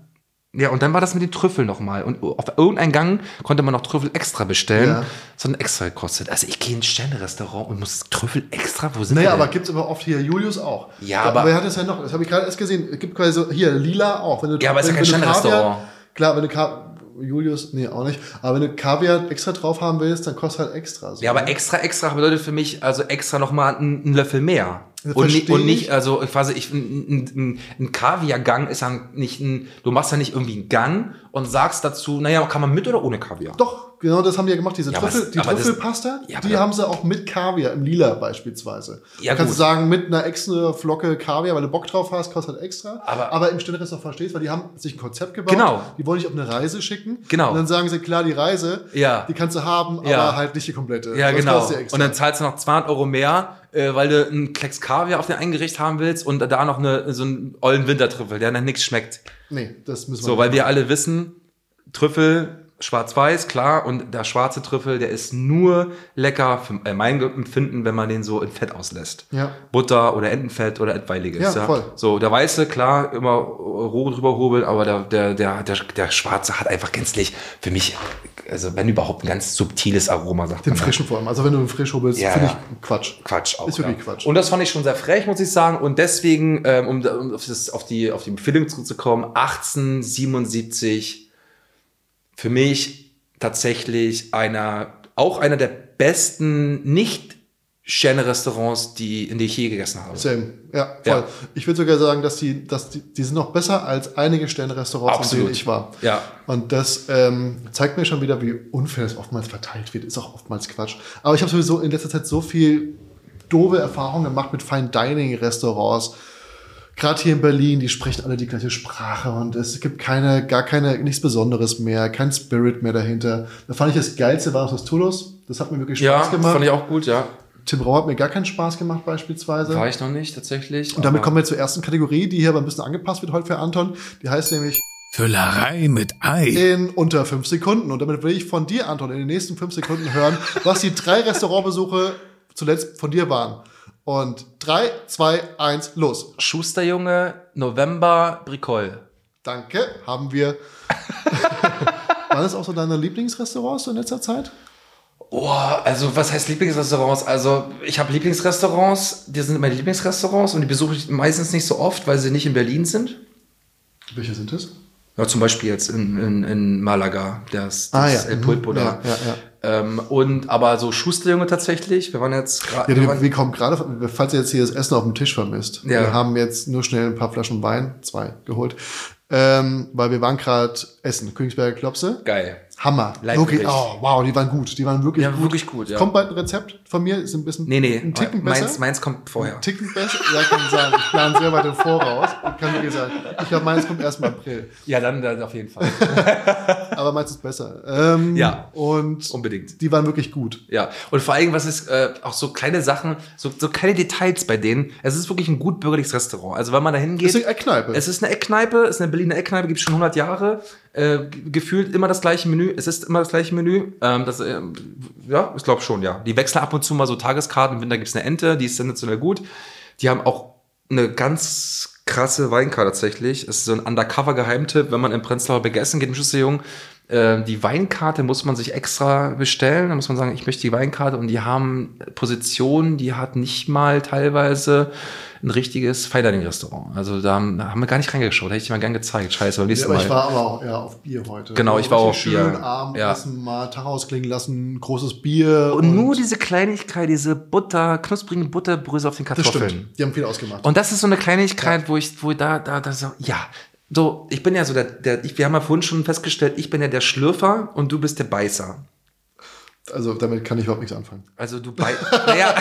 Ja, und dann war das mit den Trüffeln nochmal. Und auf irgendeinen Gang konnte man noch Trüffel extra bestellen, Ja. sondern extra gekostet. Also ich gehe in ein Ständerestaurant und muss Trüffel extra, wo sind Naja, wir denn? aber gibt's aber oft hier Julius auch. Ja, Da- aber- wer hat es ja noch? Das habe ich gerade erst gesehen. Es gibt quasi so, hier lila auch. Wenn du, Ja, aber ist ja wenn, kein wenn du Sternenrestaurant. Kaviar- Klar, wenn du Ka Julius, nee, auch nicht. Aber wenn du Kaviar extra drauf haben willst, dann kostet halt extra. So. ja, aber extra, extra bedeutet für mich also extra nochmal einen, einen Löffel mehr. Das Und, nicht- verstehe und nicht, ich. also quasi, ich, ein, ein, ein Kaviar-Gang ist ja nicht ein, du machst ja nicht irgendwie einen Gang und sagst dazu, naja, kann man mit oder ohne Kaviar? Doch, genau das haben die ja gemacht, diese Ja, aber Trüffel, es- die aber das- Trüffelpasta, Ja, aber die da- haben sie auch mit Kaviar im Lila beispielsweise. Ja, du kannst gut. sagen, mit einer extra Flocke Kaviar, weil du Bock drauf hast, kostet halt extra. Aber- im Ständerest noch verstehst, weil die haben sich ein Konzept gebaut. Genau. Die wollen dich auf eine Reise schicken. Genau. Und dann sagen sie, klar, die Reise, Ja. die kannst du haben, Ja. aber halt nicht die komplette. Ja, Sonst genau. kostet die extra. Und dann zahlst du noch 200 Euro mehr, äh, weil du einen Klecks Kaviar auf den Eingericht haben willst und da noch eine, so einen ollen Wintertrüffel, der nach nichts schmeckt. nee, das müssen wir So, weil wir alle wissen, Trüffel schwarz-weiß, klar, und der schwarze Trüffel, der ist nur lecker, für äh, mein Empfinden, wenn man den so in Fett auslässt. Ja. Butter oder Entenfett oder etwaiges. Ja, voll. So, der weiße, klar, immer roh drüber hobeln, aber der, der, der, der, der schwarze hat einfach gänzlich für mich, also wenn überhaupt, ein ganz subtiles Aroma, sagt den man. frischen vor allem. Also wenn du ihn frisch hobelst, Ja, finde ja. ich Quatsch. Quatsch auch. Ist wirklich Quatsch. Und das fand ich schon sehr frech, muss ich sagen. Und deswegen, ähm, um, da- um auf, das, auf, die, auf die Empfehlung zurückzukommen, 1877 für mich tatsächlich einer, auch einer der besten nicht Sterne-Restaurants, die, in die ich je gegessen habe. Same. Ja, voll. Ja. Ich würde sogar sagen, dass die, dass die, die sind noch besser als einige Sternrestaurants, Absolut. in denen ich war. Ja. Und das ähm, zeigt mir schon wieder, wie unfair es oftmals verteilt wird. Ist auch oftmals Quatsch. Aber ich habe sowieso in letzter Zeit so viel doofe Erfahrungen gemacht mit Fine Dining Restaurants. Gerade hier in Berlin, die sprechen alle die gleiche Sprache und es gibt keine, gar keine, nichts Besonderes mehr, kein Spirit mehr dahinter. Da fand ich das Geilste war noch das Toulouse. Das hat mir wirklich Ja, Spaß gemacht. fand ich auch gut, ja. Tim Rau hat mir gar keinen Spaß gemacht beispielsweise. War ich noch nicht tatsächlich. Also Und damit aber- kommen wir zur ersten Kategorie, die hier aber ein bisschen angepasst wird heute für Anton. Die heißt nämlich Füllerei mit Ei. in unter fünf Sekunden. Und damit will ich von dir, Anton, in den nächsten fünf Sekunden hören, was die drei Restaurantbesuche zuletzt von dir waren. Und drei, zwei, eins, los. Schusterjunge, November, Bricol. Danke, haben wir. [laughs] Waren das auch so deine Lieblingsrestaurants in letzter Zeit? Oh, also was heißt Lieblingsrestaurants? Also ich habe Lieblingsrestaurants, die sind meine Lieblingsrestaurants und die besuche ich meistens nicht so oft, weil sie nicht in Berlin sind. Welche sind es? Ja, zum Beispiel jetzt in, in, in Malaga, das, das Ah, ja. El Mhm. Pulpo da. Ja, ja, ja. Ähm, und aber so Schusterjunge tatsächlich, wir waren jetzt Ja, gerade. wir wir, waren- wir kommen gerade, falls ihr jetzt hier das Essen auf dem Tisch vermisst, Ja. wir haben jetzt nur schnell ein paar Flaschen Wein, zwei geholt, ähm, weil wir waren gerade essen, Königsberger Klopse. Geil. Hammer. Leibgericht. Wirklich, oh, wow, die waren gut. Die waren wirklich Ja, gut. wirklich gut, ja. Kommt bald ein Rezept von mir, ist ein bisschen Nee, nee, ein Ticken besser. meins, meins kommt vorher. Ein Ticken besser? Ja, kann sein. Ich plane sehr weit im Voraus. Ich kann wie gesagt, ich glaube, meins kommt erst im April. Ja, dann, dann auf jeden Fall. Aber meins ist besser. Ähm, Ja. Um- [laughs] Und Unbedingt. die waren wirklich gut. Ja, und vor allem, was ist äh, auch so kleine Sachen, so, so kleine Details bei denen. Es ist wirklich ein gut bürgerliches Restaurant. Also wenn man da hingeht. Ist eine Eckkneipe. Es ist eine Eckkneipe, ist eine Berliner Eckkneipe, gibt es schon 100 Jahre. Äh, g- gefühlt immer das gleiche Menü. Es ist immer das gleiche Menü. Ähm, das, äh, ja, ich glaube schon, ja. Die wechseln ab und zu mal so Tageskarten. Im Winter gibt es eine Ente, die ist sensationell gut. Die haben auch eine ganz krasse Weinkarte tatsächlich. Es ist so ein Undercover-Geheimtipp, wenn man im Prenzlauer Berg essen geht, im Schüsseljungen. äh, die Weinkarte muss man sich extra bestellen. Da muss man sagen, ich möchte die Weinkarte und die haben Positionen, die hat nicht mal teilweise ein richtiges Fine Dining Restaurant. Also da haben, da haben wir gar nicht reingeschaut. Hätte ich dir mal gern gezeigt. Scheiße, beim Ja, nächsten aber Mal. ich war aber auch eher auf Bier heute. Genau, ich war auch auf schön Bier. Abendessen, mal Tag ausklingen lassen, großes Bier. und nur diese Kleinigkeit, diese Butter, knusprige Butterbrösel auf den das Kartoffeln. stimmt. Die haben viel ausgemacht. Und das ist so eine Kleinigkeit, wo ich, wo da, da, da so, ja. So, ich bin ja so der, der ich, wir haben ja vorhin schon festgestellt, ich bin ja der Schlürfer und du bist der Beißer. also damit kann ich überhaupt nichts anfangen. Also du [laughs] beißt, naja,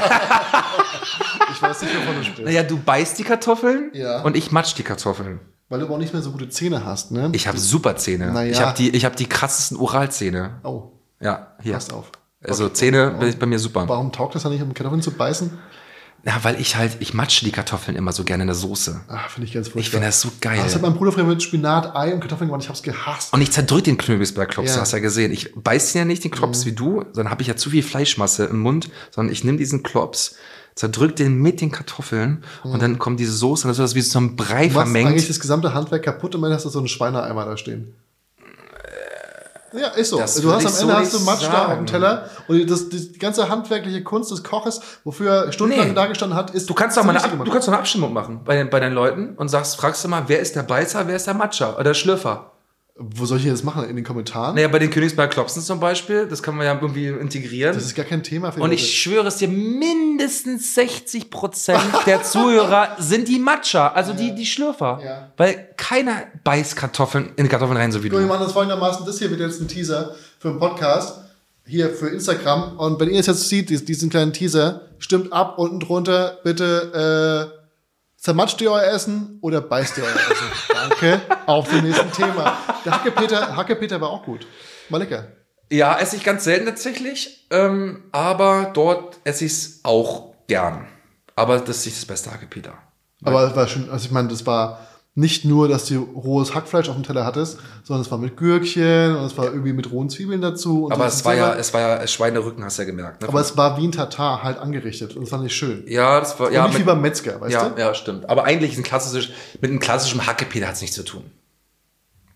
Ich weiß nicht, wovon du sprichst. naja, du beißt die Kartoffeln Ja. und ich matsch die Kartoffeln. Weil du aber auch nicht mehr so gute Zähne hast, ne? Ich habe super Zähne. Naja. Ich habe die, ich habe die krassesten Oralzähne. Oh, Ja, hier. passt auf. Also Zähne bin ich bei mir super. Warum taugt das dann nicht, um Kartoffeln zu beißen? Ja, weil ich halt, ich matsche die Kartoffeln immer so gerne in der Soße. Ah, finde ich ganz furchtbar. Ich finde das so geil. Das hat mein Bruder früher mit Spinat, Ei und Kartoffeln gemacht. Ich hab's gehasst. Und ich zerdrück den Knöbelsberg-Klops, Ja. Mhm. du hast ja gesehen. Ich beiß den ja nicht, den Klops wie du, dann habe ich ja zu viel Fleischmasse im Mund, sondern ich nehme diesen Klops, zerdrück den mit den Kartoffeln und dann kommt diese Soße und das wird das wie so ein Brei Mhm. Du machst eigentlich vermengt. das gesamte Handwerk kaputt und dann hast du so einen Schweineeimer da stehen. Ja, ist so. das Du hast würde am ich Ende so hast du nicht Matsch da auf dem sagen. Teller und das, die ganze handwerkliche Kunst des Koches, wofür er stundenlang Nee. da gestanden hat, ist Du kannst doch mal eine, zunichte Ab- gemacht. du kannst doch eine Abstimmung machen bei den, bei deinen Leuten und sagst, fragst du mal, wer ist der Beißer, wer ist der Matscher oder der Schlürfer? Wo soll ich das machen? In den Kommentaren? Naja, bei den Königsberg-Klopsen zum Beispiel, das kann man ja irgendwie integrieren. Das ist gar kein Thema für die und Leute. ich schwöre es dir, mindestens 60% der [laughs] Zuhörer sind die Matscher, also die, die Schlürfer. Ja. Weil keiner beißt Kartoffeln in Kartoffeln rein, so wie Wir du. machen das folgendermaßen. Das hier wird jetzt ein Teaser für einen Podcast. Hier für Instagram. Und wenn ihr es jetzt seht, dies- diesen kleinen Teaser, stimmt ab unten drunter. Bitte äh, zermatscht ihr euer Essen oder beißt ihr [laughs] euer Essen. Danke. Auf zum nächsten Thema. Der Hackepeter, Hackepeter war auch gut. War lecker. Ja, esse ich ganz selten tatsächlich, ähm, aber dort esse ich es auch gern. Aber das ist nicht das beste Hackepeter. Aber es war schon, also ich meine, das war nicht nur, dass du rohes Hackfleisch auf dem Teller hattest, sondern es war mit Gürkchen und es war irgendwie mit rohen Zwiebeln dazu. Und Aber so es war ja, selber. es war ja Schweinerücken, hast du ja gemerkt. Ne? aber es war wie ein Tatar halt angerichtet und das fand ich schön. ja, das war, Ja, ja, und nicht wie mit, beim Metzger, weißt ja, du? ja, stimmt. Aber eigentlich ist ein klassisch, mit einem klassischen Hackepeter hat es nichts zu tun.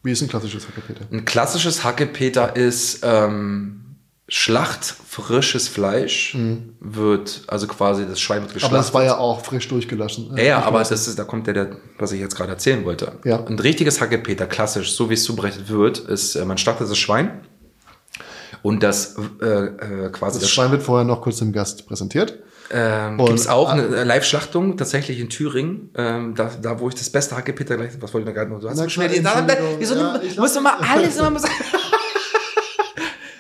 Wie ist ein klassisches Hackepeter? Ein klassisches Hackepeter ist ähm, Schlacht frisches Fleisch wird also quasi das Schwein wird Mhm. Aber das geschlachtet. war ja auch frisch durchgelassen. Ja, ja, aber das ist, da kommt der, der, was ich jetzt gerade erzählen wollte. Ja. Ein richtiges Hackepeter, klassisch, so wie es zubereitet wird, ist, äh, man schlachtet das Schwein und das äh, äh, quasi Das das, Also Schwein wird vorher noch kurz dem Gast präsentiert. ähm, Und- gibt es auch eine äh, Live-Schlachtung tatsächlich in Thüringen, ähm, da, da wo ich das beste Hackepeter gleich, was wollte ich da gerade noch? Du hast Na so klar, schnell die, da, da, Entschuldigung, wieso ja, nimm- ich musst du mal alles [laughs] immer sagen?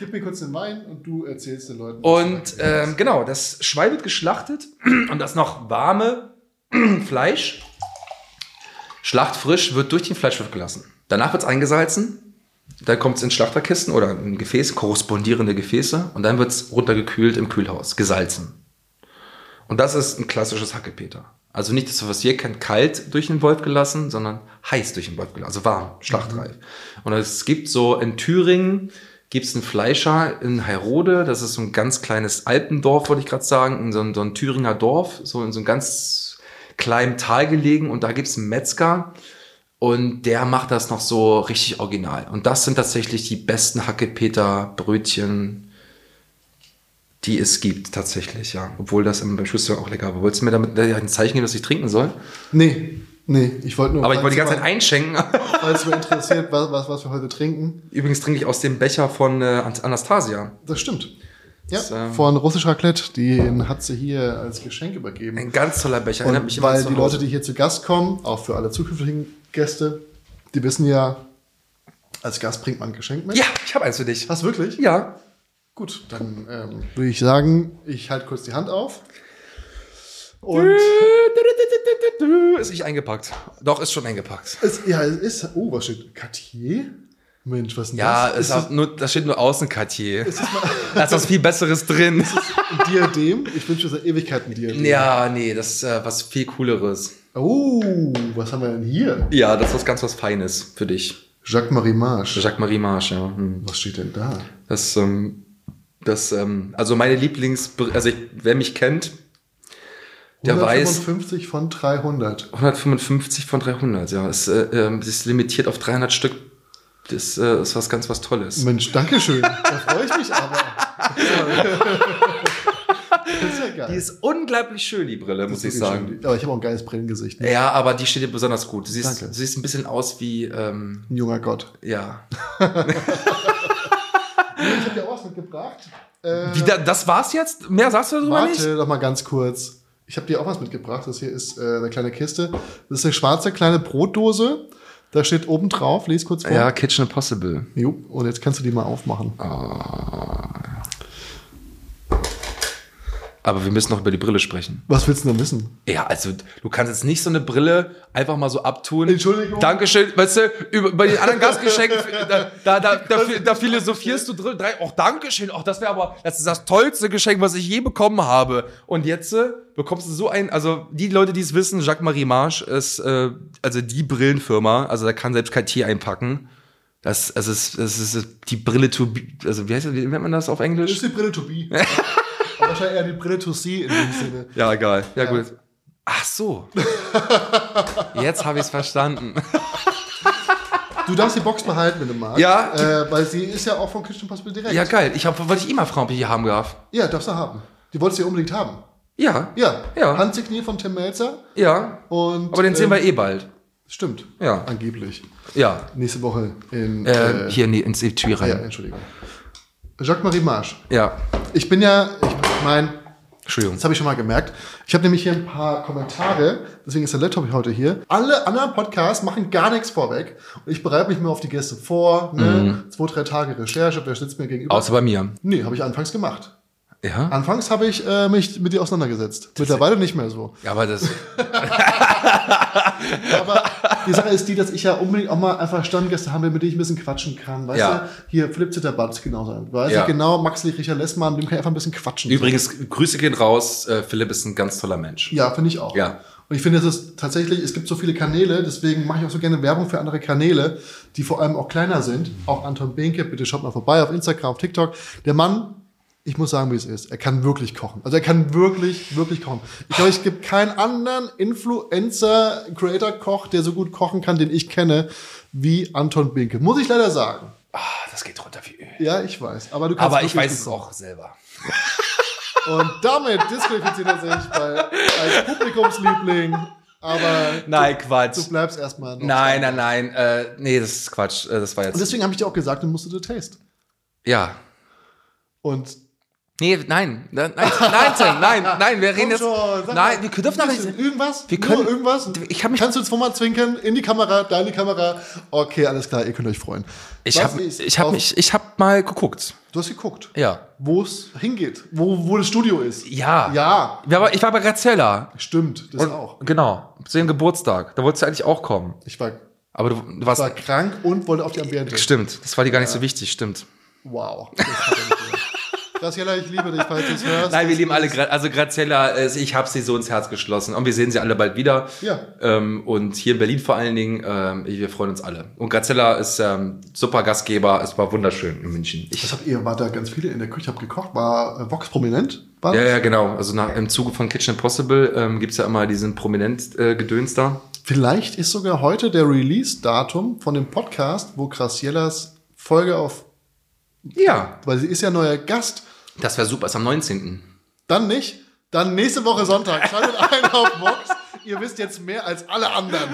Gib mir kurz den Wein und du erzählst den Leuten. was du Und sagst. ähm, genau, das Schwein wird geschlachtet [clears throat] und das noch warme [clears throat] Fleisch, schlachtfrisch, wird durch den Fleischwolf gelassen. Danach wird es eingesalzen, dann kommt es in Schlachterkisten oder in Gefäße, korrespondierende Gefäße und dann wird es runtergekühlt im Kühlhaus, gesalzen. Und das ist ein klassisches Hackepeter. Also nicht das, was ihr kennt, kalt durch den Wolf gelassen, sondern heiß durch den Wolf gelassen, also warm, schlachtreif. Und es gibt so in Thüringen, gibt es einen Fleischer in Heirode, das ist so ein ganz kleines Alpendorf, wollte ich gerade sagen, in so ein, so ein Thüringer Dorf, so in so einem ganz kleinen Tal gelegen und da gibt es einen Metzger und der macht das noch so richtig original. Und das sind tatsächlich die besten Hackepeter-Brötchen, die es gibt, tatsächlich, ja. Obwohl das im- beim Schuster auch lecker war. Wolltest du mir damit äh, ein Zeichen geben, dass ich trinken soll? nee, nee, ich wollte nur. Aber ich wollte die ganze Zeit falls einschenken. [laughs] mal- Falls mir interessiert, was, was, was wir heute trinken. Übrigens trinke ich aus dem Becher von äh, An- Anastasia. Das stimmt. Ja, Das, ähm, von Russisch Raclette, die hat sie hier als Geschenk übergeben. Ein ganz toller Becher. erinnert mich Und immer weil zu die Hause. Leute, die hier zu Gast kommen, auch für alle zukünftigen Gäste, die wissen ja, als Gast bringt man ein Geschenk mit. Ja, ich habe eins für dich. Hast du wirklich? Ja. Gut, dann ähm, würde ich sagen, ich halte kurz die Hand auf. Und Ist nicht eingepackt. Doch, ist schon eingepackt. es, ja, es ist. Oh, was steht? Cartier? Mensch, was denn Ja, das? es hat nur, da steht nur Außenkartier. [laughs] Da ist was viel Besseres drin. ein Diadem? Ich wünsche seit Ewigkeiten ein Diadem. Ja, nee, das ist äh, was viel Cooleres. Oh, was haben wir denn hier? Ja, das ist ganz was Feines für dich. Jacques-Marie Marsch. Jacques-Marie Marsch, ja. Hm. Was steht denn da? Das, ähm, das, ähm, also meine Lieblings, also ich, wer mich kennt, der weiß, 155 von 300. 155 von 300, ja. Es äh, ähm, es ist limitiert auf 300 Stück Das äh, ist was ganz was Tolles. Mensch, Dankeschön. Da freue ich mich aber. das ist ja geil. Die ist unglaublich schön, die Brille, muss ich Wirklich sagen. schön. Aber ich habe auch ein geiles Brillengesicht. Ne? Ja, aber die steht dir besonders gut. Du siehst, Danke. du siehst ein bisschen aus wie, ähm, Ein junger Gott. ja. Ich habe dir auch was mitgebracht. Äh, Wie, da, das war's jetzt? Mehr sagst du darüber nicht? warte doch mal ganz kurz. Ich habe dir auch was mitgebracht. Das hier ist äh, eine kleine Kiste. Das ist eine schwarze kleine Brotdose. Da steht oben drauf, lese kurz vor. Ja, Ah. Kitchen Impossible. Jo, und jetzt kannst du die mal aufmachen. Aber wir müssen noch über die Brille sprechen. Was willst du denn wissen? Ja, also du kannst jetzt nicht so eine Brille einfach mal so abtun. Entschuldigung. Dankeschön. Weißt du, über, bei den anderen Gastgeschenken, da, da, da, da, da philosophierst du drin. Drei, auch Dankeschön. Auch das wäre aber, das ist das tollste Geschenk, was ich je bekommen habe. Und jetzt äh, bekommst du so ein, also die Leute, die es wissen, Jacques-Marie Marsch ist, äh, also die Brillenfirma, also da kann selbst kein Tier einpacken. Das, also es, es ist die Brille to, be- also wie heißt das, wie nennt man das auf Englisch? Das ist die Brille [laughs] to be. Aber wahrscheinlich eher die Brille to see in dem Sinne. Ja, egal. Ja, gut. Ach so. [laughs] Jetzt habe ich es verstanden. Du darfst die Box behalten, wenn du magst. Ja. Äh, weil sie ist ja auch von Kitchen Possible direkt. Ja, geil. Ich hab, wollte ich immer fragen, ob ich die haben darf. ja, darfst du haben. Die wolltest du ja unbedingt haben. Ja. Ja. Ja. Handsigniert von Tim Melzer. Ja. Und, Aber den sehen ähm, wir eh bald. Stimmt. Ja. Angeblich. Ja. Nächste Woche in. Äh, äh, hier in die- ins Etui Ja, rein. Entschuldigung. Jacques-Marie Marsch. Ja. Ich bin ja, ich meine, Entschuldigung. das habe ich schon mal gemerkt. Ich habe nämlich hier ein paar Kommentare, deswegen ist der Laptop heute hier. Alle anderen Podcasts machen gar nichts vorweg. Und ich bereite mich mal auf die Gäste vor. Ne? Mhm. Zwei, drei Tage Recherche, wer sitzt mir gegenüber? Außer bei mir. nee, habe ich anfangs gemacht. Ja. Anfangs habe ich äh, mich mit dir auseinandergesetzt. Mittlerweile nicht mehr so. Ja, aber das. Aber die Sache ist die, dass ich ja unbedingt auch mal einfach Stammgäste haben will, mit denen ich ein bisschen quatschen kann. Weißt Ja. du, hier Philipp Zitterbart ist genauso ein. Weiß Ja. ich genau, Maxi Richard Lessmann, mit dem kann ich einfach ein bisschen [laughs] quatschen. Übrigens, Grüße gehen raus. Äh, Philipp ist ein ganz toller Mensch. Ja, finde ich auch. Ja. Und ich finde, es ist tatsächlich, es gibt so viele Kanäle, deswegen mache ich auch so gerne Werbung für andere Kanäle, die vor allem auch kleiner sind. Auch Anton Behnke, bitte schaut mal vorbei auf Instagram, auf TikTok. Der Mann, ich muss sagen, wie es ist, er kann wirklich kochen. Also er kann wirklich, wirklich kochen. Ich glaube, es gibt keinen anderen Influencer, Creator-Koch, der so gut kochen kann, den ich kenne, wie Anton Behnke. Muss ich leider sagen. Ah, das geht runter wie Öl. Ja, ich weiß. Aber du kannst Aber ich wirklich weiß es gut kochen. auch selber. Und damit disqualifiziert er sich weil, als Publikumsliebling. Aber Nein, Quatsch. Du bleibst erstmal. noch. Nein, nein, nein. Äh, nee, das ist Quatsch. Äh, das war Und jetzt. deswegen habe ich dir auch gesagt, du musst du the taste. Ja. Und Nee, nein. Nein, nein, nein, Tim, [laughs] nein, nein, wir reden Komm jetzt. schon, sag nein, mal, wir dürfen ein doch bisschen nicht. irgendwas. Wir können- nur irgendwas. Ich hab mich- Kannst du zweimal zwinkern in die Kamera, deine Kamera. Okay, alles klar, ihr könnt euch freuen. Ich Was habe ist ich hab auf- mich, ich hab mal geguckt. Du hast geguckt, Ja. wo es hingeht, wo, wo das Studio ist. Ja. Ja, Wir aber- Ich war bei Grazella. stimmt, das auch. Genau. Zu ihrem Geburtstag. Da wolltest du eigentlich auch kommen. Ich war, Aber du, du warst. war krank und wollte auf die Ambiente. Stimmt. Das war dir gar nicht so wichtig. Stimmt. Wow. Das hat er nicht gemacht. [laughs] Graciela, ich liebe dich, falls du es hörst. Nein, wir lieben alle. Gra also Grazella, äh, ich habe sie so ins Herz geschlossen. Und wir sehen sie alle bald wieder. Ja. Ähm, und hier in Berlin vor allen Dingen. Ähm, wir freuen uns alle. Und Grazella ist ähm, super Gastgeber. Es war wunderschön in München. Ich, Ich hab, ihr war da ganz viele in der Küche, hab gekocht, war äh, Vox prominent. War ja, das? ja, genau. Also nach, im Zuge von Kitchen Impossible ähm, gibt's ja immer diesen Prominent-Gedöns da. Vielleicht ist sogar heute der Release-Datum von dem Podcast, wo Graciellas Folge auf, Ja. weil sie ist ja neuer Gast, Das wäre super. Ist am 19. dann nicht, dann nächste Woche Sonntag. Schaltet [laughs] ein auf Vox. Ihr wisst jetzt mehr als alle anderen.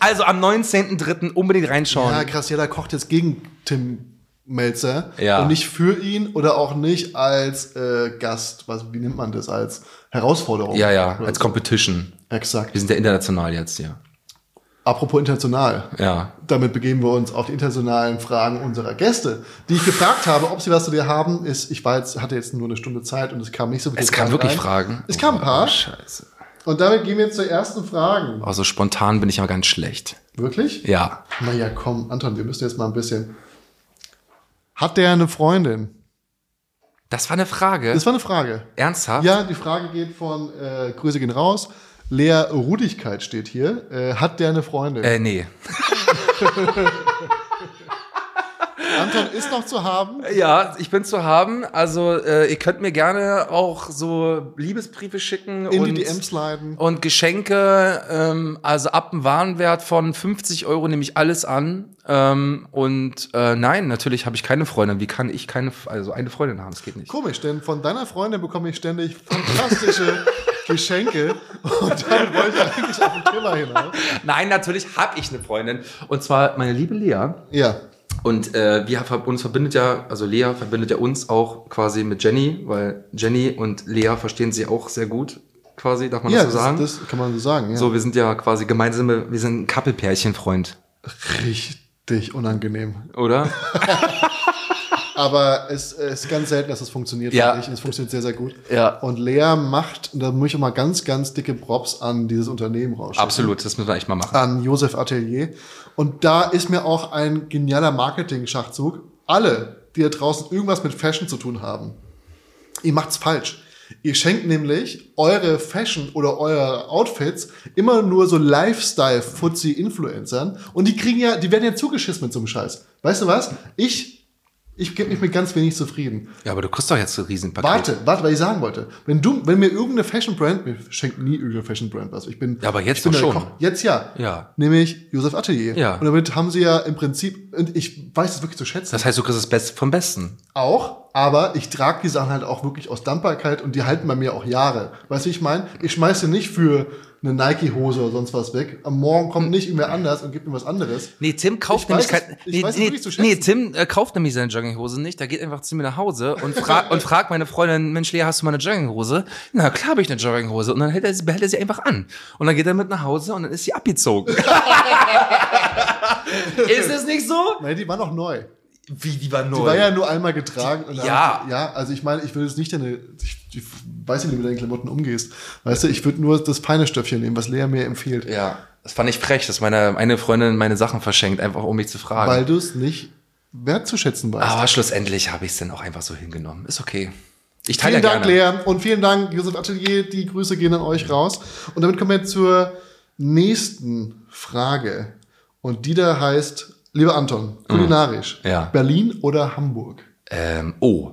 Also am 19.03. unbedingt reinschauen. Ja, Graciela kocht jetzt gegen Tim Melzer Ja. und nicht für ihn oder auch nicht als äh, Gast, was, wie nennt man das, als Herausforderung. Ja, ja, Oder als so. Competition. Wir Exakt. sind ja international jetzt hier. Apropos international. Ja. Damit begeben wir uns auf die internationalen Fragen unserer Gäste, die ich gefragt habe, ob sie was zu dir haben. Ist, ich war jetzt, hatte jetzt nur eine Stunde Zeit und es kam nicht so viel. Es kamen wirklich Fragen. Es kamen ein Oh, paar. scheiße. Und damit gehen wir jetzt zur ersten Frage. Also spontan bin ich aber ganz schlecht. Wirklich? Ja. Naja, komm, Anton, wir müssen jetzt mal ein bisschen. Hat der eine Freundin? Das war eine Frage. Das war eine Frage. Ernsthaft? Ja, die Frage geht von äh, Grüße gehen raus. Lea Rudigkeit steht Äh, hier. Äh, hat der eine Freundin? Äh, nee. Anton ist noch zu haben. Ja, ich bin zu haben. Also äh, ihr könnt mir gerne auch so Liebesbriefe schicken In und, die DMs leiten. und Geschenke. Ähm, also ab einem Warenwert von 50 Euro nehme ich alles an. Ähm, und äh, nein, natürlich habe ich keine Freundin. Wie kann ich keine, also eine Freundin haben? Das geht nicht. Komisch, denn von deiner Freundin bekomme ich ständig [laughs] fantastische Geschenke. Und damit wollte ich eigentlich auf den Killer hinaus. Nein, natürlich habe ich eine Freundin. Und zwar meine liebe Lea. Ja. Und äh, wir ver- uns verbindet ja, also Lea verbindet ja uns auch quasi mit Jenny, weil Jenny und Lea verstehen sie auch sehr gut, quasi, darf man ja, das so sagen. Das, das kann man so sagen. Ja. so, wir sind ja quasi gemeinsame, wir sind ein Kappelpärchenfreund, Richtig unangenehm. [laughs] oder? Aber es, es ist ganz selten, dass es funktioniert. Ja. finde Ich. Es funktioniert sehr, sehr gut. Ja. Und Lea macht, und da muss ich auch mal ganz, ganz dicke Props an dieses Unternehmen raus. Absolut, das müssen wir echt mal machen. An Josef Atelier. Und da ist mir auch ein genialer Marketing-Schachzug. Alle, die da draußen irgendwas mit Fashion zu tun haben, ihr macht's falsch. Ihr schenkt nämlich eure Fashion oder eure Outfits immer nur so Lifestyle-Fuzzi-Influencern und die kriegen ja, die werden ja zugeschissen mit so einem Scheiß. Weißt du was? Ich, ich gebe mich mit ganz wenig zufrieden. Ja, aber du kriegst doch jetzt so ein Riesenpaket. Warte, warte, was ich sagen wollte. Wenn du, wenn mir irgendeine Fashion Brand, mir schenkt nie irgendeine Fashion Brand was. Ich bin, Ja, aber jetzt ich bin doch der schon. Koch. Jetzt ja. Ja. Nämlich Josef Atelier. Ja. Und damit haben sie ja im Prinzip, und ich weiß es wirklich zu schätzen, Das heißt, du kriegst das Beste vom Besten. auch, aber ich trage die Sachen halt auch wirklich aus Dankbarkeit und die halten bei mir auch Jahre. Weißt du, wie ich meine? Ich schmeiße nicht für eine Nike-Hose oder sonst was weg. Am Morgen kommt nicht irgendwer anders und gibt mir was anderes. Nee, Tim kauft Ich nämlich weiß es- kein, ich nee, weiß es nee, wirklich zu schätzen. nee, Tim äh, kauft nämlich seine Jogginghose nicht. Da geht einfach zu mir nach Hause und, [laughs] fra und fragt meine Freundin, Mensch, Lea, hast du mal eine Jogginghose? Na klar habe ich eine Jogginghose. Und dann hält er, sie- behält er sie einfach an. Und dann geht er mit nach Hause und dann ist sie [laughs] abgezogen. ist es nicht so? Nein, die war noch neu. Wie, die war neu. Die war ja nur einmal getragen. Und dann- Ja. Ja, also ich meine, ich will jetzt nicht deine, ich, ich weiß nicht, wie du mit deinen Klamotten umgehst. Weißt du, ich würde nur das feine Stöffchen nehmen, was Lea mir empfiehlt. Ja, das fand ich frech, dass meine eine Freundin meine Sachen verschenkt, einfach um mich zu fragen. Weil du es nicht wertzuschätzen weißt. Aber schlussendlich habe ich es dann auch einfach so hingenommen. Ist okay. Ich teile ja vielen Dank, gerne. Lea. Und vielen Dank, Josef Atelier. Die Grüße gehen an euch raus. Und damit kommen wir zur nächsten Frage. Und die da heißt, lieber Anton, kulinarisch. Mhm. Ja. Berlin oder Hamburg? Ähm, oh.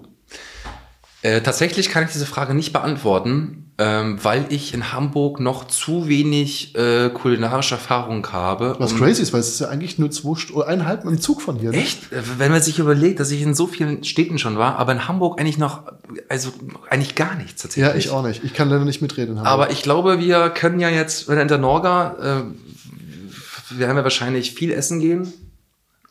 Äh, tatsächlich kann ich diese Frage nicht beantworten, ähm, weil ich in Hamburg noch zu wenig äh, kulinarische Erfahrung habe. Was um- crazy ist, weil es ist ja eigentlich nur zwei Stu- oder eineinhalb mit dem Zug von hier. ne? Echt? Äh, Wenn man sich überlegt, dass ich in so vielen Städten schon war, aber in Hamburg eigentlich noch, also eigentlich gar nichts tatsächlich. Ja, ich auch nicht. Ich kann leider nicht mitreden in Hamburg. Aber ich glaube, wir können ja jetzt, wenn in der Norga, äh, werden wir wahrscheinlich viel essen gehen.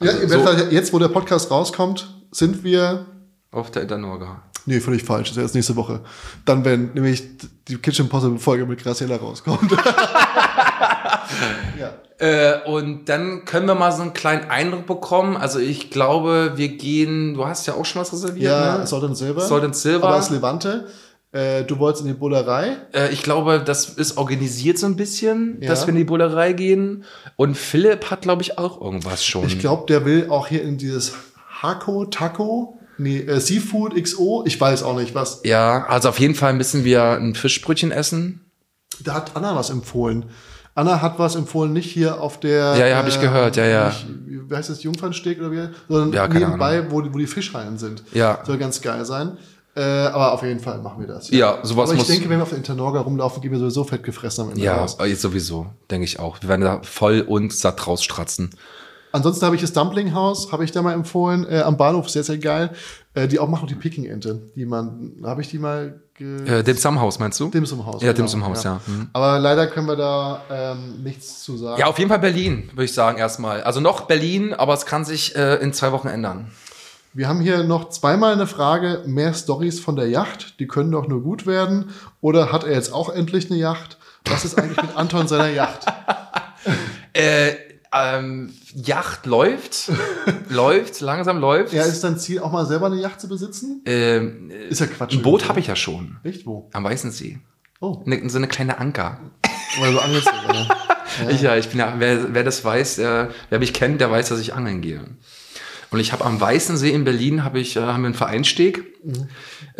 Ja, Also im so- Endeffekt, jetzt, wo der Podcast rauskommt, sind wir. Auf der Internorga. Nee, völlig falsch. Das ist erst nächste Woche. Dann, wenn nämlich die Kitchen Impossible Folge mit Graciela rauskommt. [laughs] ja. Äh, und dann können wir mal so einen kleinen Eindruck bekommen. Also ich glaube, wir gehen, du hast ja auch schon was reserviert, ja, ne? Salt and Silver. Salt and Silver. Aber aus Levante. Äh, du wolltest in die Bullerei. Äh, ich glaube, das ist organisiert so ein bisschen, Ja. dass wir in die Bullerei gehen. Und Philipp hat, glaube ich, auch irgendwas schon. Ich glaube, der will auch hier in dieses Hako, Taco, nee, äh, Seafood XO. Ich weiß auch nicht was. ja, also auf jeden Fall müssen wir ein Fischbrötchen essen. Da hat Anna was empfohlen. Anna hat was empfohlen, nicht hier auf der. äh, Ja, ja, hab ich gehört, ja, ja. Nicht, wie heißt das, Jungfernsteg oder wie? Sondern Ja, keine nebenbei, wo, die- wo die Fischreihen sind. Ja. Soll ganz geil sein. Äh, aber auf jeden Fall machen wir das. Ja, sowas aber ich muss- denke, wenn wir auf der Internorga rumlaufen, gehen wir sowieso fett gefressen am Ende Ja, raus. jetzt sowieso, denke ich auch. Wir werden da voll und satt rausstratzen. Ansonsten habe ich das Dumplinghaus, habe ich da mal empfohlen, äh, am Bahnhof, sehr, sehr geil. Äh, die auch machen die Picking-Ente. Die man, habe ich die mal ge Äh, dem Samhaus, meinst du? Dims im Haus. genau, Ja, Dims im Haus, ja. Mhm. Aber leider können wir da ähm, nichts zu sagen. Ja, auf jeden Fall Berlin, würde ich sagen, erstmal. Also noch Berlin, aber es kann sich äh, in zwei Wochen ändern. Wir haben hier noch zweimal eine Frage, mehr Stories von der Yacht, die können doch nur gut werden. Oder hat er jetzt auch endlich eine Yacht? Was ist eigentlich mit Anton seiner Yacht? Äh, ähm, Yacht [laughs] läuft, läuft, langsam läuft. Ja, ist dein Ziel auch mal selber eine Yacht zu besitzen? ähm, äh, Ist ja Quatsch. ein Boot habe ich ja schon. Echt wo? Am Weißen See. Oh, Ne, so eine kleine Anker. weil du angelst. oder? Ah. Ich, ja, ich bin ja, wer, wer das weiß, äh, wer mich kennt, der weiß, dass ich angeln gehe. Und ich habe am Weißen See in Berlin habe ich äh, haben wir einen Vereinsteg. Mhm.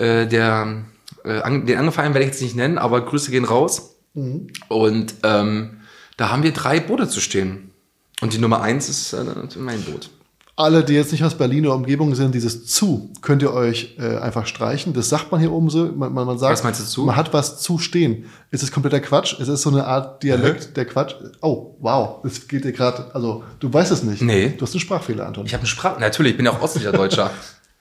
Äh, der äh, an, den Angelverein werde ich jetzt nicht nennen, aber Grüße gehen raus. Mhm. Und ähm, da haben wir drei Boote zu stehen. Und die Nummer eins ist äh, mein Boot. Alle, die jetzt nicht aus Berlin oder Umgebung sind, dieses zu könnt ihr euch äh, einfach streichen. Das sagt man hier oben so. Man, man, man sagt, Was meinst du zu? Man hat was zu stehen. Es ist kompletter Quatsch. Es ist so eine Art Dialekt der Quatsch. Oh, wow. Das geht dir gerade. Also, du weißt es nicht. Nee. Du hast einen Sprachfehler, Anton. Ich habe eine Sprache. Natürlich, ich bin ja auch ostlicher [laughs] Deutscher.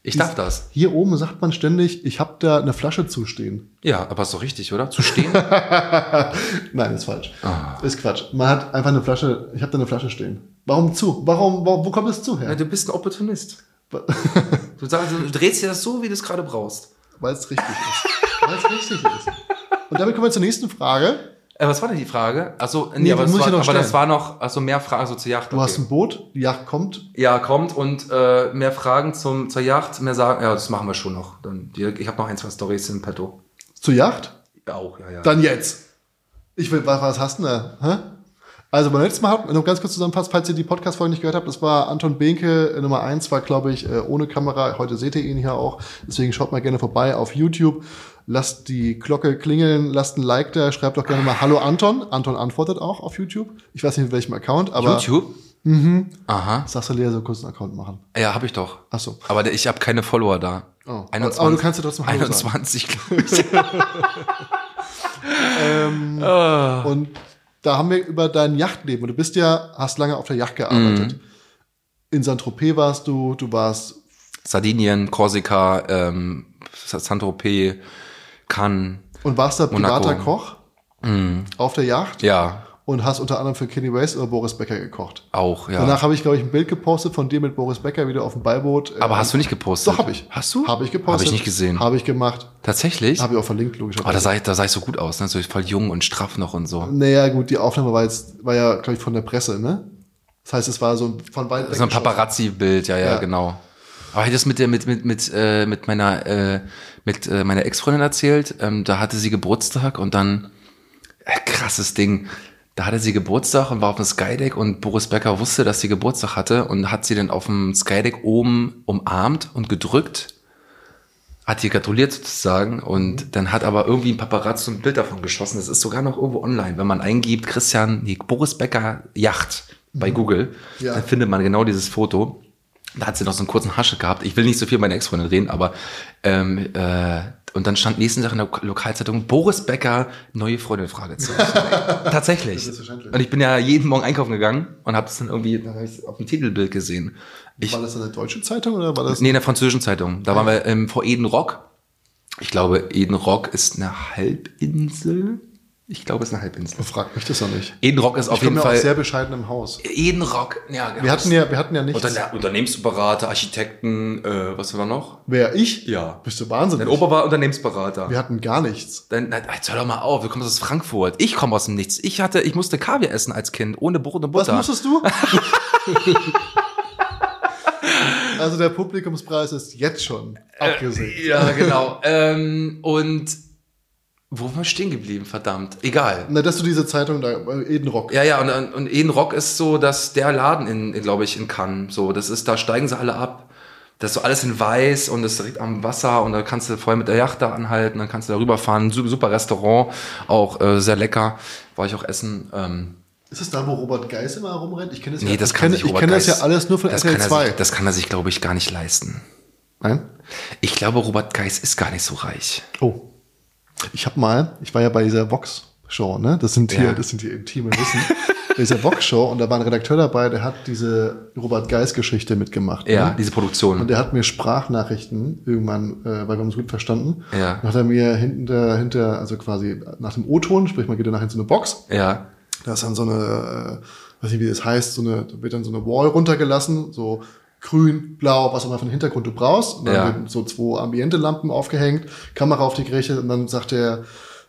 Ich darf das. Hier oben sagt man ständig, ich habe da eine Flasche zustehen. Ja, aber ist doch richtig, oder? Zu stehen? Nein, ist falsch. Ah. Ist Quatsch. Man hat einfach eine Flasche, ich habe da eine Flasche stehen. Warum zu? Warum, wo, wo kommt es zu [laughs] Ja, her? du bist ein Opportunist. Du, sagst, du drehst dir das so, wie du es gerade brauchst. Weil es richtig ist. Weil es richtig ist. Und damit kommen wir zur nächsten Frage. Äh, was war denn die Frage? Also, nee, Nee, aber, die es muss war, ich noch aber das stellen. war noch also mehr Fragen so zur Yacht. Du okay. hast ein Boot, die Yacht kommt. ja, kommt und äh, mehr Fragen zum, zur Yacht, mehr sagen. Ja, das machen wir schon noch. Dann, die, ich habe noch ein, zwei Storys in petto. Zur Yacht? Ja, Auch, ja, ja. Dann jetzt. Ich will, was, was hast du denn da? Hä? Also beim letzten Mal, hat- noch ganz kurz zusammenfasst, falls ihr die Podcast-Folge nicht gehört habt, das war Anton Behnke, äh, Nummer eins war, glaube ich, äh, ohne Kamera. Heute seht ihr ihn hier auch. Deswegen schaut mal gerne vorbei auf YouTube. Lasst die Glocke klingeln, lasst ein Like da, schreibt doch gerne mal Hallo Anton. Anton antwortet auch auf YouTube. Ich weiß nicht, mit welchem Account, aber... YouTube? Mhm. Aha. Sagst du, Lea soll kurz einen Account machen. Ja, habe ich doch. Ach so. Aber der- ich habe keine Follower da. Oh. Aber du kannst ja trotzdem Hallo 21, glaube ich. Und da haben wir über dein Yachtleben. Und du bist ja, hast lange auf der Yacht gearbeitet. In Saint-Tropez warst du, du warst, Sardinien, Korsika, ähm, Saint-Tropez, Cannes. und warst da Monaco. privater Koch auf der Yacht Ja, und hast unter anderem für Kenny Waste oder Boris Becker gekocht. auch, ja. Danach habe ich, glaube ich, ein Bild gepostet von dir mit Boris Becker wieder auf dem Beiboot. Äh, Aber hast du nicht gepostet? Doch, habe ich. Hast du? Habe ich gepostet. Habe ich nicht gesehen. Habe ich gemacht. Tatsächlich? Habe ich auch verlinkt, logischerweise. Aber da sah, ich, da sah ich so gut aus, ne? So voll jung und straff noch und so. naja, gut, die Aufnahme war jetzt, war ja, glaube ich, von der Presse, ne? Das heißt, es war so ein- von weit So ein weggeschossen. Paparazzi-Bild, ja, ja, Ja. genau. Aber ich das mit der, mit, mit, mit, äh, mit meiner, äh, mit äh, meiner Ex-Freundin erzählt. Ähm, da hatte sie Geburtstag und dann, äh, krasses Ding. Da hatte sie Geburtstag und war auf dem Skydeck und Boris Becker wusste, dass sie Geburtstag hatte und hat sie dann auf dem Skydeck oben umarmt und gedrückt. Hat ihr gratuliert sozusagen und dann hat aber irgendwie ein Paparazzo ein Bild davon geschossen. Das ist sogar noch irgendwo online. Wenn man eingibt, Christian, nee, Boris Becker Yacht bei Google, Ja. dann findet man genau dieses Foto. Da hat sie noch so einen kurzen Hasche gehabt. Ich will nicht so viel über meine Ex-Freundin reden, aber ähm, äh, und dann stand nächsten Tag in der Lok- Lokalzeitung Boris Becker, neue Freundin, [laughs] Fragezeichen. Tatsächlich. Selbstverständlich. Und ich bin ja jeden Morgen einkaufen gegangen und habe es dann irgendwie dann hab ich's auf dem Titelbild gesehen. Ich, War das eine deutsche Zeitung oder war das? nee, in der französischen Zeitung. Da waren Ah. wir ähm, vor Eden Rock. Ich glaube, Eden Rock ist eine Halbinsel. Ich glaube, es ist eine Halbinsel. Frag mich das doch nicht. Eden Rock ist auf Ich komme jeden ja aus sehr Fall. bescheidenem Haus. Eden Rock, ja, Wir hatten ja, wir hatten ja nichts. Unterne Unternehmensberater, Architekten, äh, was war da noch? Wer ich? Ja. Bist du Dein wahnsinnig? Opa war Unternehmensberater. Wir hatten gar nichts. Dann, na, jetzt hör doch mal auf, du kommst aus Frankfurt. Ich komme aus dem Nichts. Ich hatte, ich musste Kaviar essen als Kind, ohne Brot und Was Butter. [laughs] musstest du? also der Publikumspreis ist jetzt schon Äh, abgesehen. Ja, genau. ähm, und wo waren wir stehen geblieben, verdammt? Egal. Na, dass du diese Zeitung da, äh, Edenrock. Ja, ja, und, und Eden Rock ist so, dass der Laden in, in glaube ich, in Cannes. So, das ist, da steigen sie alle ab. Das ist so alles in weiß und das ist direkt am Wasser und da kannst du vorher mit der Yacht da anhalten, dann kannst du da rüberfahren. Su- Super Restaurant, auch äh, sehr lecker. War ich auch essen. Ähm, Ist es da, wo Robert Geis immer herumrennt? Ich kenne das nee, ja. das ich kann kenne, sich ich Robert kenne das Geis- ja alles nur von das RTL kann er 2. sich, Das kann er sich, glaube ich, gar nicht leisten. Nein? Ich glaube, Robert Geis ist gar nicht so reich. Oh. Ich habe mal, ich war ja bei dieser Vox-Show, ne? Das sind hier, Ja. das sind hier intime Wissen. bei dieser Vox-Show und da war ein Redakteur dabei, der hat diese Robert Geis-Geschichte mitgemacht. Ja, ne? diese Produktion. Und der hat mir Sprachnachrichten irgendwann, äh, weil wir uns gut verstanden, Ja. dann hat er mir hinter, hinter, also quasi nach dem O-Ton, sprich man geht dann nachher in so eine Box, ja. da ist dann so eine, äh, weiß nicht wie das heißt, so eine, da wird dann so eine Wall runtergelassen, so grün, blau, was auch immer für einen Hintergrund du brauchst. Und dann Ja. werden so zwei Ambiente-Lampen aufgehängt, Kamera auf die gerichtet und dann sagt der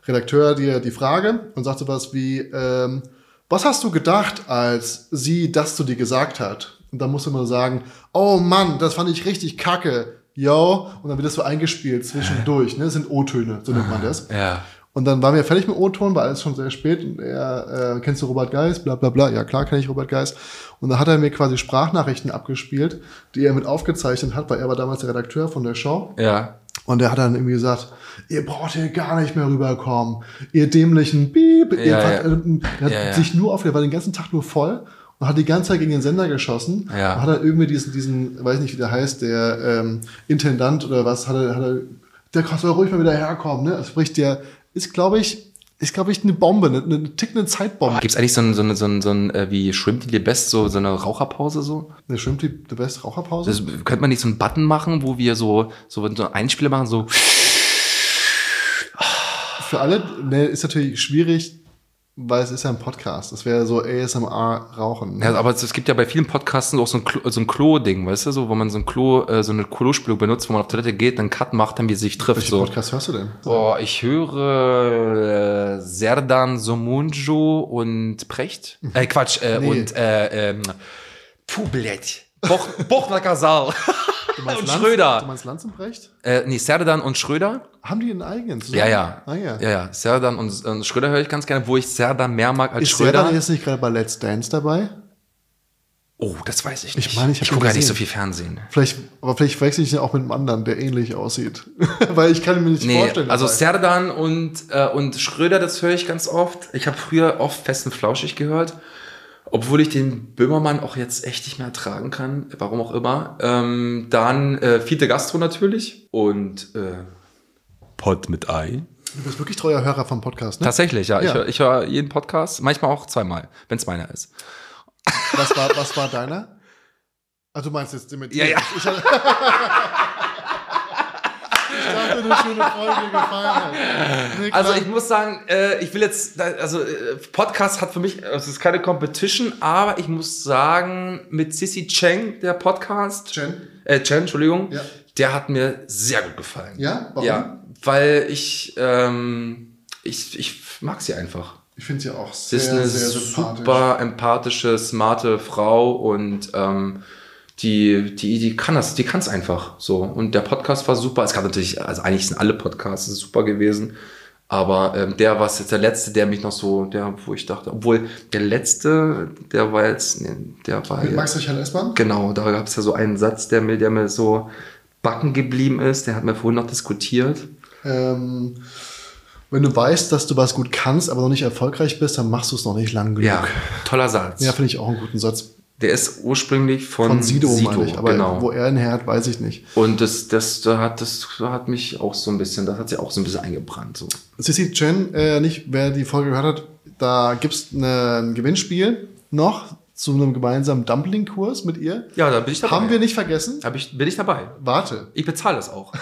Redakteur dir die Frage und sagt sowas wie, ähm, was hast du gedacht, als sie das zu dir gesagt hat? Und dann musst du immer sagen, oh Mann, das fand ich richtig kacke. Yo, und dann wird das so eingespielt zwischendurch, ne? Das sind O-Töne, so nennt man das. Ja. Und dann waren wir fertig mit O-Ton, war alles schon sehr spät. Und er, äh, kennst du Robert Geis? Bla bla bla. Ja, klar kenne ich Robert Geis. Und dann hat er mir quasi Sprachnachrichten abgespielt, die er mit aufgezeichnet hat, weil er war damals der Redakteur von der Show. Ja. Und er hat dann irgendwie gesagt, ihr braucht hier gar nicht mehr rüberkommen. Ihr dämlichen Bieb. ihr Ja, wart, ja. ähm, er hat Ja, ja. sich nur auf, der war den ganzen Tag nur voll. und hat die ganze Zeit gegen den Sender geschossen. Ja. Und hat er irgendwie diesen, diesen, weiß nicht, wie der heißt, der ähm, Intendant oder was, hat er, hat er der kann- soll ruhig mal wieder herkommen, ne? Also sprich, der ist, glaube ich, ist, glaube ich, eine Bombe, eine, eine tickende Zeitbombe. Gibt es eigentlich so ein, so ein, so ein, so ein äh, wie schwimmt die dir best, so, so eine Raucherpause so? Ne, stimmt die, die beste Raucherpause? Das, könnte man nicht so einen Button machen, wo wir so, so, so einen Einspieler machen, so. Für alle, ne, ist natürlich schwierig, weil es ist ja ein Podcast. Das wäre so ASMR-Rauchen. Ja, aber es, es gibt ja bei vielen Podcasten auch so ein, Klo, so ein Klo-Ding, weißt du, so, wo man so ein Klo, äh, so eine Klospülung benutzt, wo man auf Toilette geht, dann Cut macht, dann wie sich trifft, Welchen so. Podcast hörst du denn? Boah, ich höre äh, Serdan Somunjo und Precht. Äh, Quatsch, äh, Mhm. Nee. und äh, ähm, puh, blöd. Boch, Bochner Kasal. Du und Lanz- Schröder. Du meinst Lanzenbrecht? Äh, nee, Serdan und Schröder. Haben die einen eigenen? zusammen? Ja, ja. Ah, ja. ja, ja. Serdan und, und Schröder höre ich ganz gerne, wo ich Serdan mehr mag als Ist Schröder. Schröder jetzt nicht gerade bei Let's Dance dabei? oh, das weiß ich nicht. meine, ich hab gucke ihn ja nicht so gesehen. viel Fernsehen. Vielleicht, aber vielleicht wechsle ich ihn auch mit einem anderen, der ähnlich aussieht. [laughs] Weil ich kann mir nicht Nee, vorstellen. also dabei. Serdan und, äh, und Schröder, das höre ich ganz oft. Ich habe früher oft fest und flauschig gehört, obwohl ich den Böhmermann auch jetzt echt nicht mehr ertragen kann, warum auch immer. Ähm, dann äh, Fiete Gastro natürlich und äh, Pod mit Ei. du bist wirklich treuer Hörer vom Podcast, ne? Tatsächlich, ja. Ich Ja. höre ich hör jeden Podcast, manchmal auch zweimal, wenn es meiner ist. Was war, was war deiner? Ah, du meinst jetzt den mit Ja, ja. Ich, hab- [laughs] ich dachte, eine schöne Folge gefallen hat. Nee, Also klar. ich muss sagen, äh, ich will jetzt, da- also äh, Podcast hat für mich, also es ist keine Competition, aber ich muss sagen, mit Sissy Cheng, der Podcast, Chen? äh, Chen, Entschuldigung, Ja. der hat mir sehr gut gefallen. Ja? Warum? Ja, weil ich, ähm, ich, ich mag sie einfach. Ich finde sie auch Sie sehr, ist eine sehr sympathisch. super empathische, smarte Frau und ähm, die, die, die kann das, die kann es einfach so. Und der Podcast war super. Es gab natürlich, also eigentlich sind alle Podcasts super gewesen. Aber ähm, der war jetzt der letzte, der mich noch so, der, wo ich dachte, obwohl der letzte, der war jetzt, nee, der war Mit jetzt, Max Richard Essmann? Genau, da gab es ja so einen Satz, der mir, der mir so backen geblieben ist. Der hat mir vorhin noch diskutiert. Ähm, wenn du weißt, dass du was gut kannst, aber noch nicht erfolgreich bist, dann machst du es noch nicht lang genug. Ja, toller Satz. Ja, finde ich auch einen guten Satz. der ist ursprünglich von, Von Sido, meine ich, aber genau. wo er einen her hat, weiß ich nicht. Und das, das, da hat, das hat mich auch so ein bisschen, das hat sich auch so ein bisschen eingebrannt. So. Sissy Chen, äh, nicht, wer die Folge gehört hat, da gibt's ne- ein Gewinnspiel noch zu einem gemeinsamen Dumpling-Kurs mit ihr. Ja, da bin ich dabei. Haben wir nicht vergessen? Hab ich, bin ich dabei. Warte. Ich bezahle das [laughs] auch.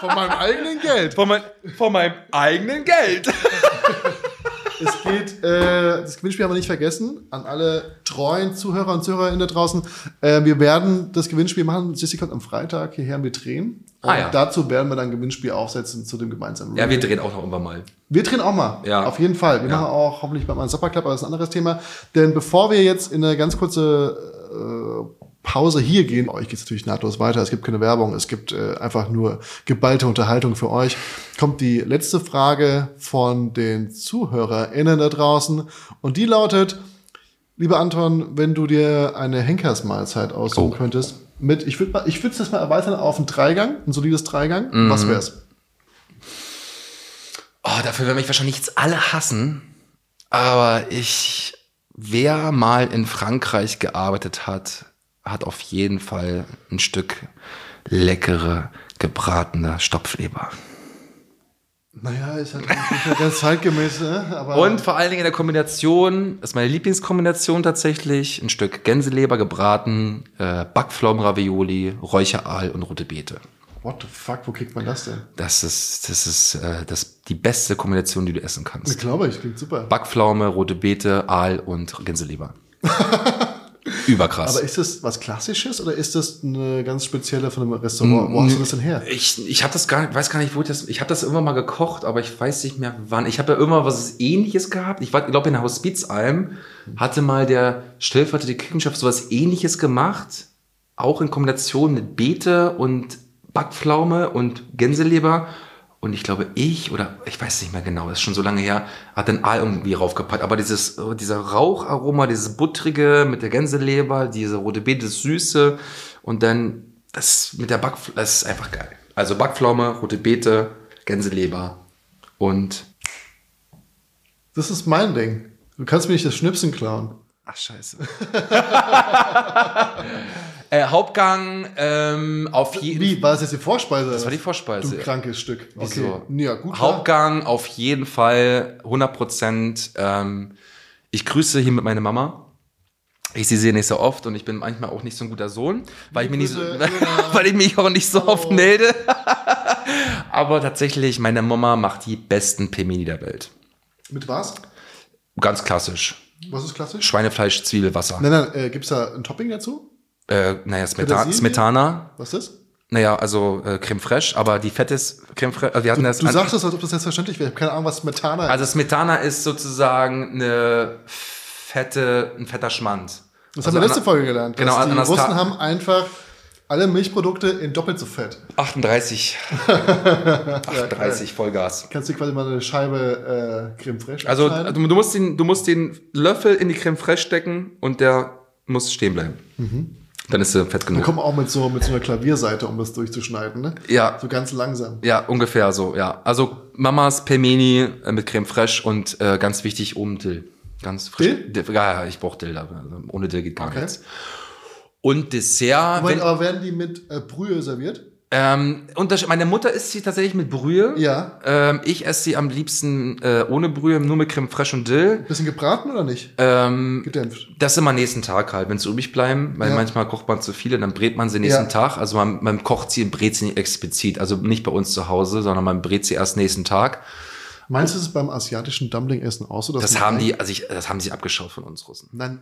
Von meinem eigenen Geld. Von, mein, von meinem eigenen Geld. Es geht, äh, das Gewinnspiel haben wir nicht vergessen. An alle treuen Zuhörer und Zuhörerinnen da draußen. Äh, wir werden das Gewinnspiel machen. Sissy kommt am Freitag hierher und wir drehen. Und Ah, ja. dazu werden wir dann ein Gewinnspiel aufsetzen zu dem gemeinsamen Ja, wir drehen auch noch irgendwann mal. Wir drehen auch mal. Ja. Auf jeden Fall. Wir Ja. machen auch hoffentlich bald mal einen Supper Club, aber das ist ein anderes Thema. Denn bevor wir jetzt in eine ganz kurze äh, Pause hier gehen, bei euch geht's natürlich nahtlos weiter. Es gibt keine Werbung, es gibt äh, einfach nur geballte Unterhaltung für euch. Kommt die letzte Frage von den ZuhörerInnen da draußen. Und die lautet: Lieber Anton, wenn du dir eine Henkersmahlzeit aussuchen Oh. könntest, mit, ich würde ich würd's das mal erweitern auf einen Dreigang, ein solides Dreigang. Mhm. Was wär's? Oh, dafür werden mich wahrscheinlich jetzt alle hassen. Aber ich, wer mal in Frankreich gearbeitet hat, hat auf jeden Fall ein Stück leckere, gebratene Stopfleber. Naja, ist halt nicht mehr ganz zeitgemäß, ne? aber Und vor allen Dingen in der Kombination, das ist meine Lieblingskombination tatsächlich, ein Stück Gänseleber gebraten, äh, Backpflaumen-Ravioli, Räucheraal und rote Beete. what the fuck, wo kriegt man das denn? Das ist, das ist äh, das, die beste Kombination, die du essen kannst. Ich glaube, ich klingt super. Backpflaume, rote Beete, Aal und Gänseleber. Überkrass. Aber ist das was Klassisches oder ist das eine ganz spezielle von einem Restaurant? Wo hast du das denn her? Ich, ich habe das gar nicht, weiß gar nicht, wo ich das. Ich habe das irgendwann mal gekocht, aber ich weiß nicht mehr wann. Ich habe ja immer was ähnliches gehabt. Ich glaube, in der Hospizalm hatte mal der stellvertretende Küchenchef sowas ähnliches gemacht. Auch in Kombination mit Beete und Backpflaume und Gänseleber. Und ich glaube, ich oder ich weiß nicht mehr genau, ist schon so lange her, hat dann Aal irgendwie raufgepackt. Aber dieses, äh, dieser Raucharoma, dieses Buttrige mit der Gänseleber, diese rote Beete, das Süße und dann das mit der Backpflaume, das ist einfach geil. Also Backpflaume, rote Beete, Gänseleber und. Das ist mein Ding. Du kannst mir nicht das Schnipsen klauen. Ach, scheiße. [laughs] äh, Hauptgang ähm, auf jeden Wie, war das jetzt die Vorspeise? Das war die Vorspeise. Du krankes Stück. Wieso? Okay. Ja, gut. klar. Also, Hauptgang auf jeden Fall 100 Prozent. Ähm, ich grüße hiermit meine Mama. Ich sehe sie nicht so oft und ich bin manchmal auch nicht so ein guter Sohn, weil, ich, mich nicht so, Grüße, [laughs] Oh. Ina. weil ich mich auch nicht so oft melde. [laughs] Aber tatsächlich, meine Mama macht die besten Pemini der Welt. Mit was? Ganz klassisch. Was ist klassisch? Schweinefleisch, Zwiebel, Wasser. Nein, nein, äh, gibt es da ein Topping dazu? Äh, naja, Smeta Petersilie? Smetana. Was ist das? Naja, also äh, Creme Fraiche, aber die fette ist Creme Fraiche. äh, Wir hatten das Du an- sagst das, als ob das selbstverständlich wäre. Ich habe keine Ahnung, was Smetana ist. Also Smetana ist sozusagen eine fette, ein fetter Schmand. Also Das haben wir letzte an- Folge gelernt. Genau, dass die Anastas- Russen haben einfach alle Milchprodukte in doppelt so fett. [laughs] 38. 38 Vollgas. Kannst du quasi mal eine Scheibe äh, Creme Fraiche Also abschneiden? du, du musst den, du musst den Löffel in die Creme fraiche stecken und der muss stehen bleiben. Mhm. Dann ist sie fett Wir genug. kommen auch mit so, mit so einer Klavierseite, um das durchzuschneiden. Ne? Ja. So ganz langsam. Ja, ungefähr so, ja. Also Mamas Pelmeni äh, mit Creme fraiche und äh, ganz wichtig oben Dill. Ganz frisch. Dill? Ja, ja, ich brauche Dill. da- Also, ohne Dill geht gar Okay. nichts. Und Dessert. Moment, Wenn, aber werden die mit äh, Brühe serviert? ähm, untersch- meine Mutter isst sie tatsächlich mit Brühe. Ja. Ähm, ich esse sie am liebsten äh, ohne Brühe, nur mit Creme fraiche und Dill. Bisschen gebraten oder nicht? Ähm, Gedämpft. das immer nächsten Tag halt, wenn sie übrig bleiben, weil Ja. manchmal kocht man zu viele, dann brät man sie nächsten Ja. Tag. Also man, man kocht sie und brät sie nicht explizit, also nicht bei uns zu Hause, sondern man brät sie erst nächsten Tag. Meinst du es ist beim asiatischen Dumplingessen auch so? Dass Das man haben ein- die, also ich, das haben sie abgeschaut von uns Russen. Nein.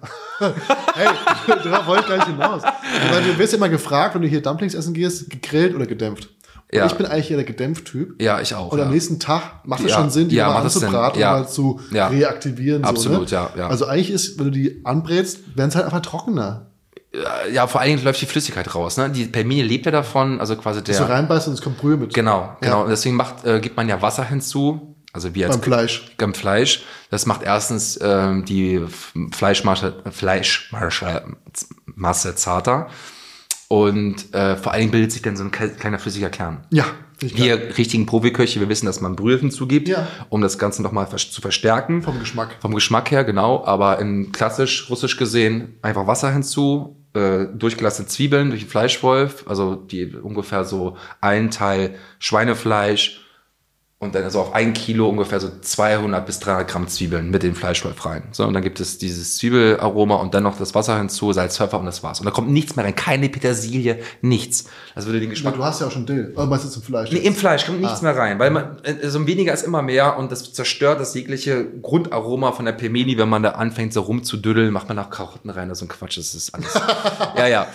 [laughs] hey, [laughs] darauf wollte ich gleich hinaus. Weil du wirst immer gefragt, wenn du hier Dumplings essen gehst, gegrillt oder gedämpft. Und Ja. ich bin eigentlich eher der Gedämpft-Typ. Ja, ich auch. Und am ja. nächsten Tag macht es Ja. schon Sinn, die Ja, mal macht es Sinn. anzubraten Ja. und mal zu Ja. reaktivieren. Absolut, so, ne? ja, ja. Also eigentlich ist, wenn du die anbrätst, werden es halt einfach trockener. Äh, ja, vor allen Dingen läuft die Flüssigkeit raus, ne? Die Pelmine lebt ja davon, also quasi der. Dass du reinbeißt und es kommt Brühe mit. Genau, genau. Ja. Und deswegen macht, äh, gibt man ja Wasser hinzu. Also wir als Beim Fleisch. Beim Fleisch. Das macht erstens ähm, die F- Fleischmasse, Fleischmasse Masse zarter. Und äh, vor allen Dingen bildet sich dann so ein ke- kleiner flüssiger Kern. Ja, finde ich geil. Wir richtigen Profiköche, wir wissen, dass man Brühe hinzugibt, Ja. um das Ganze nochmal vers zu verstärken. Vom Geschmack. Vom Geschmack her, genau. Aber in klassisch russisch gesehen einfach Wasser hinzu, äh, durchgelassene Zwiebeln durch den Fleischwolf, also die ungefähr so ein Teil Schweinefleisch und dann also auf ein Kilo ungefähr so 200 bis 300 Gramm Zwiebeln mit dem Fleischwolf rein. So, und dann gibt es dieses Zwiebelaroma und dann noch das Wasser hinzu, Salz, Pfeffer und das war's. Und da kommt nichts mehr rein, keine Petersilie, nichts. Das würde den Na, Geschmack du hast ja auch schon Dill. Oder meinst du zum Fleisch? Nee, jetzt? Im Fleisch kommt nichts Ah. mehr rein, weil man, äh, so ein weniger ist immer mehr und das zerstört das jegliche Grundaroma von der Pelmeni, wenn man da anfängt, so rumzudüdeln, macht man nach Karotten rein, das ist ein Quatsch, das ist [laughs] alles. ja, ja.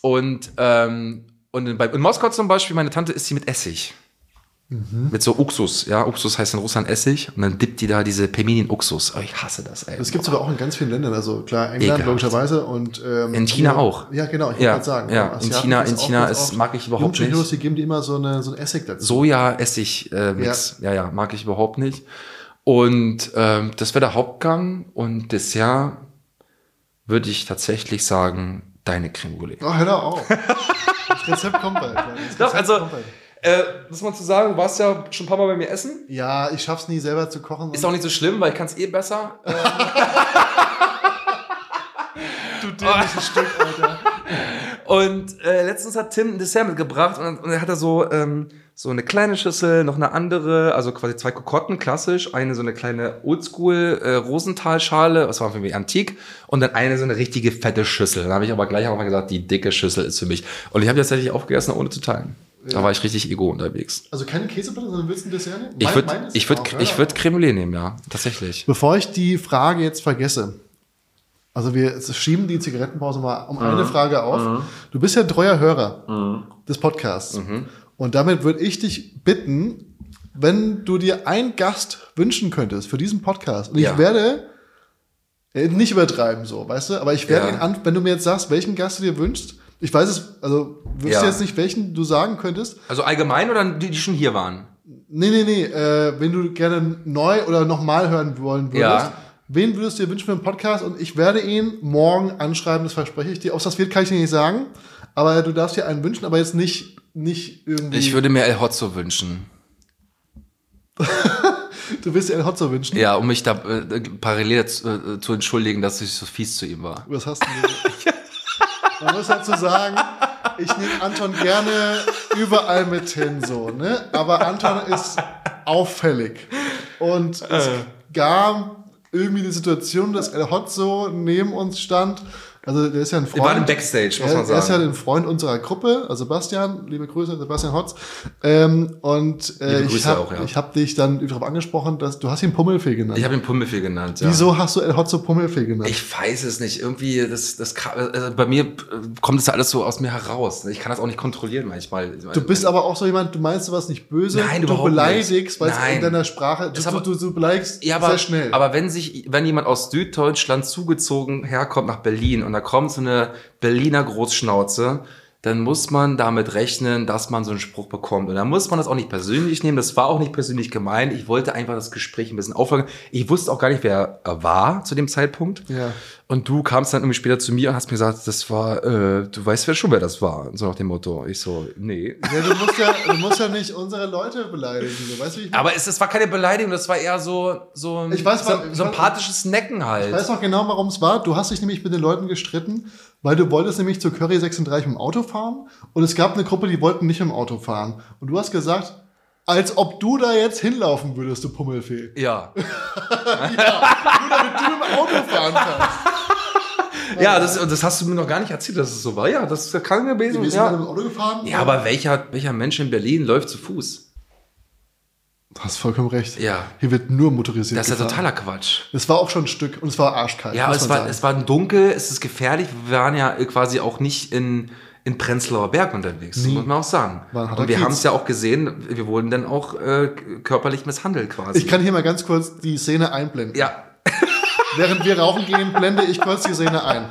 Und, ähm, und in, bei, in Moskau zum Beispiel, meine Tante isst sie mit Essig. Mhm. Mit so Uxus, ja, Uxus heißt in Russland Essig und dann dippt die da diese Pelmeni in Uxus. Oh, ich hasse das, ey. Das gibt es aber auch in ganz vielen Ländern. Also klar, England Ekelhaft. logischerweise und ähm, In China auch. Ja, genau. Ich wollte Ja, gerade sagen. ja. beim In Asiaten China- gibt's in auch China ganz ist- oft mag ich überhaupt Jungchen nicht. Heroes, Die geben die immer so, eine, so ein Essig dazu. Soja-Essig-Mix. äh, ja. ja, mag ich überhaupt nicht. Und ähm, das wäre der Hauptgang und Dessert würde ich tatsächlich sagen, deine Creme Brûlée. Oh, hör doch auf. [laughs] Das Rezept kommt bald. Leute. Das Doch, Rezept also, kommt bald. äh, muss man zu sagen, du warst ja schon ein paar Mal bei mir essen. Ja, ich schaff's nie selber zu kochen. Ist auch nicht so schlimm, weil ich kann es eh besser. Äh, [laughs] du dämliches Stück, Alter. Oh. Und äh, letztens hat Tim ein Dessert mitgebracht und, dann- und er hat da so, ähm, so eine kleine Schüssel, noch eine andere, also quasi zwei Kokotten, klassisch, eine so eine kleine Oldschool äh, Rosenthal-Schale, das war für mich antik, und dann eine so eine richtige fette Schüssel. Dann habe ich aber gleich auch mal gesagt, die dicke Schüssel ist für mich. Und ich habe die tatsächlich aufgegessen, ohne zu teilen. Da war ich richtig ego unterwegs. Also keine Käseplatte, sondern willst du ein Dessert nehmen? Ich Mein- würde meines- ich würd, Oh, hör ich doch würd Creme Brûlée nehmen, ja, tatsächlich. Bevor ich die Frage jetzt vergesse, also wir schieben die Zigarettenpause mal um Mhm. eine Frage auf. Du bist ja treuer Hörer des Podcasts. Mhm. Und damit würde ich dich bitten, wenn du dir einen Gast wünschen könntest für diesen Podcast. Und Ja. ich werde äh, nicht übertreiben, so, weißt du, aber ich werde Ja. ihn an, wenn du mir jetzt sagst, welchen Gast du dir wünschst, ich weiß es, also wüsste Ja. jetzt nicht, welchen du sagen könntest. Also allgemein oder die, die schon hier waren? Nee, nee, nee, äh, wenn du gerne neu oder nochmal hören wollen würdest, Ja. wen würdest du dir wünschen für den Podcast? Und ich werde ihn morgen anschreiben, das verspreche ich dir. Ob das wird, kann ich dir nicht sagen, aber du darfst dir einen wünschen, aber jetzt nicht, nicht irgendwie. Ich würde mir El Hotzo wünschen. Du willst dir einen Hotzo wünschen? Ja, um mich da äh, parallel zu, äh, zu entschuldigen, dass ich so fies zu ihm war. Was hast du denn? Man muss dazu sagen, ich nehme Anton gerne überall mit hin, so, ne? Aber Anton ist auffällig. Und es Äh. gab irgendwie die Situation, dass El Hotzo neben uns stand. Also, der ist ja ein Freund. Wir waren im Backstage, muss Er- man Er ist ja sagen. ein Freund unserer Gruppe, also Sebastian, liebe Grüße, Sebastian Hotz. Ähm, und äh, Liebe ich Grüße habe auch, ja. hab dich dann darauf angesprochen, dass du hast ihn Pummelfee genannt. Ich habe ihn Pummelfee genannt. Ja. Wieso hast du El Hotzo Pummelfee genannt? Ich weiß es nicht. Irgendwie, das, das, ka- äh, bei mir äh, kommt das ja alles so aus mir heraus. Ich kann das auch nicht kontrollieren manchmal. du bist aber auch so jemand, du meinst was nicht böse, Nein, du überhaupt nicht. beleidigst, weil es Nein. in deiner Sprache, du, Ist aber- du, du beleidigst ja, aber, sehr schnell. aber wenn sich, wenn jemand aus Süddeutschland zugezogen herkommt nach Berlin und da kommt so eine Berliner Großschnauze, dann muss man damit rechnen, dass man so einen Spruch bekommt. Und dann muss man das auch nicht persönlich nehmen. Das war auch nicht persönlich gemeint. Ich wollte einfach das Gespräch ein bisschen auffangen. Ich wusste auch gar nicht, wer er war zu dem Zeitpunkt. Ja. Und du kamst dann irgendwie später zu mir und hast mir gesagt, das war, äh, du weißt ja schon, wer das war. So nach dem Motto. Ich so, nee. ja, du, musst ja, du musst ja nicht unsere Leute beleidigen, so. weißt du, wie ich, Aber es, es war keine Beleidigung, das war eher so, so ein Ich weiß, so, was- sympathisches Necken halt. ich weiß noch genau, warum es war. Du hast dich nämlich mit den Leuten gestritten, weil du wolltest nämlich zur Curry 36 mit dem Auto fahren und es gab eine Gruppe, die wollten nicht mit dem Auto fahren. Und du hast gesagt, als ob du da jetzt hinlaufen würdest, du Pummelfee. Ja. Nur damit du mit dem Auto fahren kannst. [laughs] [laughs] Also, Ja, das, das hast du mir noch gar nicht erzählt, dass es so war. Ja, das kann gewesen Wir sind alle Ja. mit dem Auto gefahren. ja, aber welcher, welcher Mensch in Berlin läuft zu Fuß? Du hast vollkommen recht. Ja. Hier wird nur motorisiert. Das ist ja gefahren. totaler Quatsch. Es war auch schon ein Stück und es war arschkalt. Ja, muss es man war, sagen. es war dunkel, es ist gefährlich. Wir waren ja quasi auch nicht in, in Prenzlauer Berg unterwegs, muss man auch sagen. War ein harter Und wir Kiez. haben es ja auch gesehen, wir wurden dann auch äh, körperlich misshandelt quasi. ich kann hier mal ganz kurz die Szene einblenden. ja, Während wir rauchen gehen, blende ich kurz die Szene ein.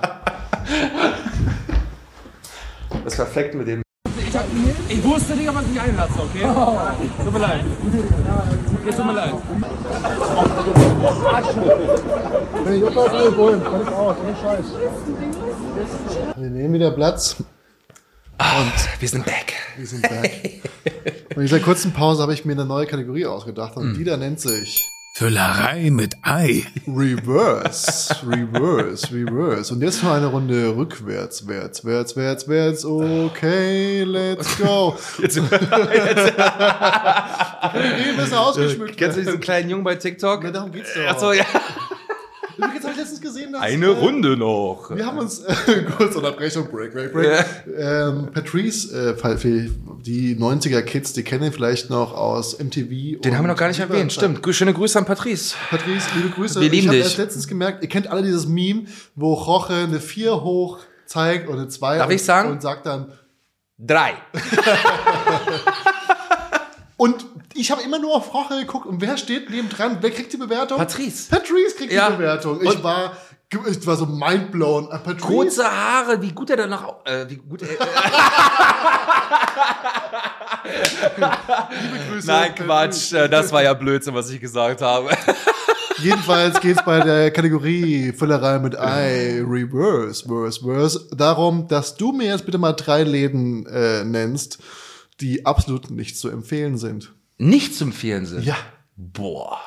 das perfekt mit dem. Ich wusste, Digga, was mich einlasse, okay? Tut mir leid. Es tut mir leid. Wir nehmen wieder Platz. Wir sind back. Wir sind back. [laughs] Und in dieser kurzen Pause habe ich mir eine neue Kategorie ausgedacht Hm. und die da nennt sich Füllerei mit Ei. Reverse, Reverse, Reverse. Und jetzt noch eine Runde rückwärts, wärts, wärts, wärts, wärts. Okay, let's go. Jetzt, [laughs] Wir müssen ausgeschmückt. kennst du diesen kleinen Jungen bei TikTok? Ja, darum geht's doch. Achso, ja. Übrigens habe ich letztens gesehen, dass äh, Runde noch. Wir haben uns äh, [laughs] kurz Unterbrechung, Break, Break, Break. Ähm, Patrice, äh, Fall für die 90er Kids, die kennen vielleicht noch aus MTV. Den haben wir noch gar nicht erwähnt, stimmt. Grü- Schöne Grüße an Patrice. Patrice, liebe Grüße. Wir lieben ich habe dich. erst letztens gemerkt, ihr kennt alle dieses Meme, wo Roche eine 4 hoch zeigt oder eine 2 Darf und, ich sagen? und sagt dann. Drei. Und ich habe immer nur auf Roche geguckt und wer steht neben dran? Wer kriegt die Bewertung? Patrice. Patrice kriegt Ja. die Bewertung. Ich Und- war, ich war so mindblown. Ah, Patrice. Kurze Haare, wie gut er danach. au- Äh, wie gut er, [laughs] Grüße, Nein, Patrice. Quatsch. äh, Das war ja Blödsinn, was ich gesagt habe. Jedenfalls geht's [laughs] bei der Kategorie Füllerei mit Ei, Reverse, Verse, Verse, darum, dass du mir jetzt bitte mal drei Läden äh, nennst, die absolut nicht zu empfehlen sind. Nicht zum empfehlen sind. Boah.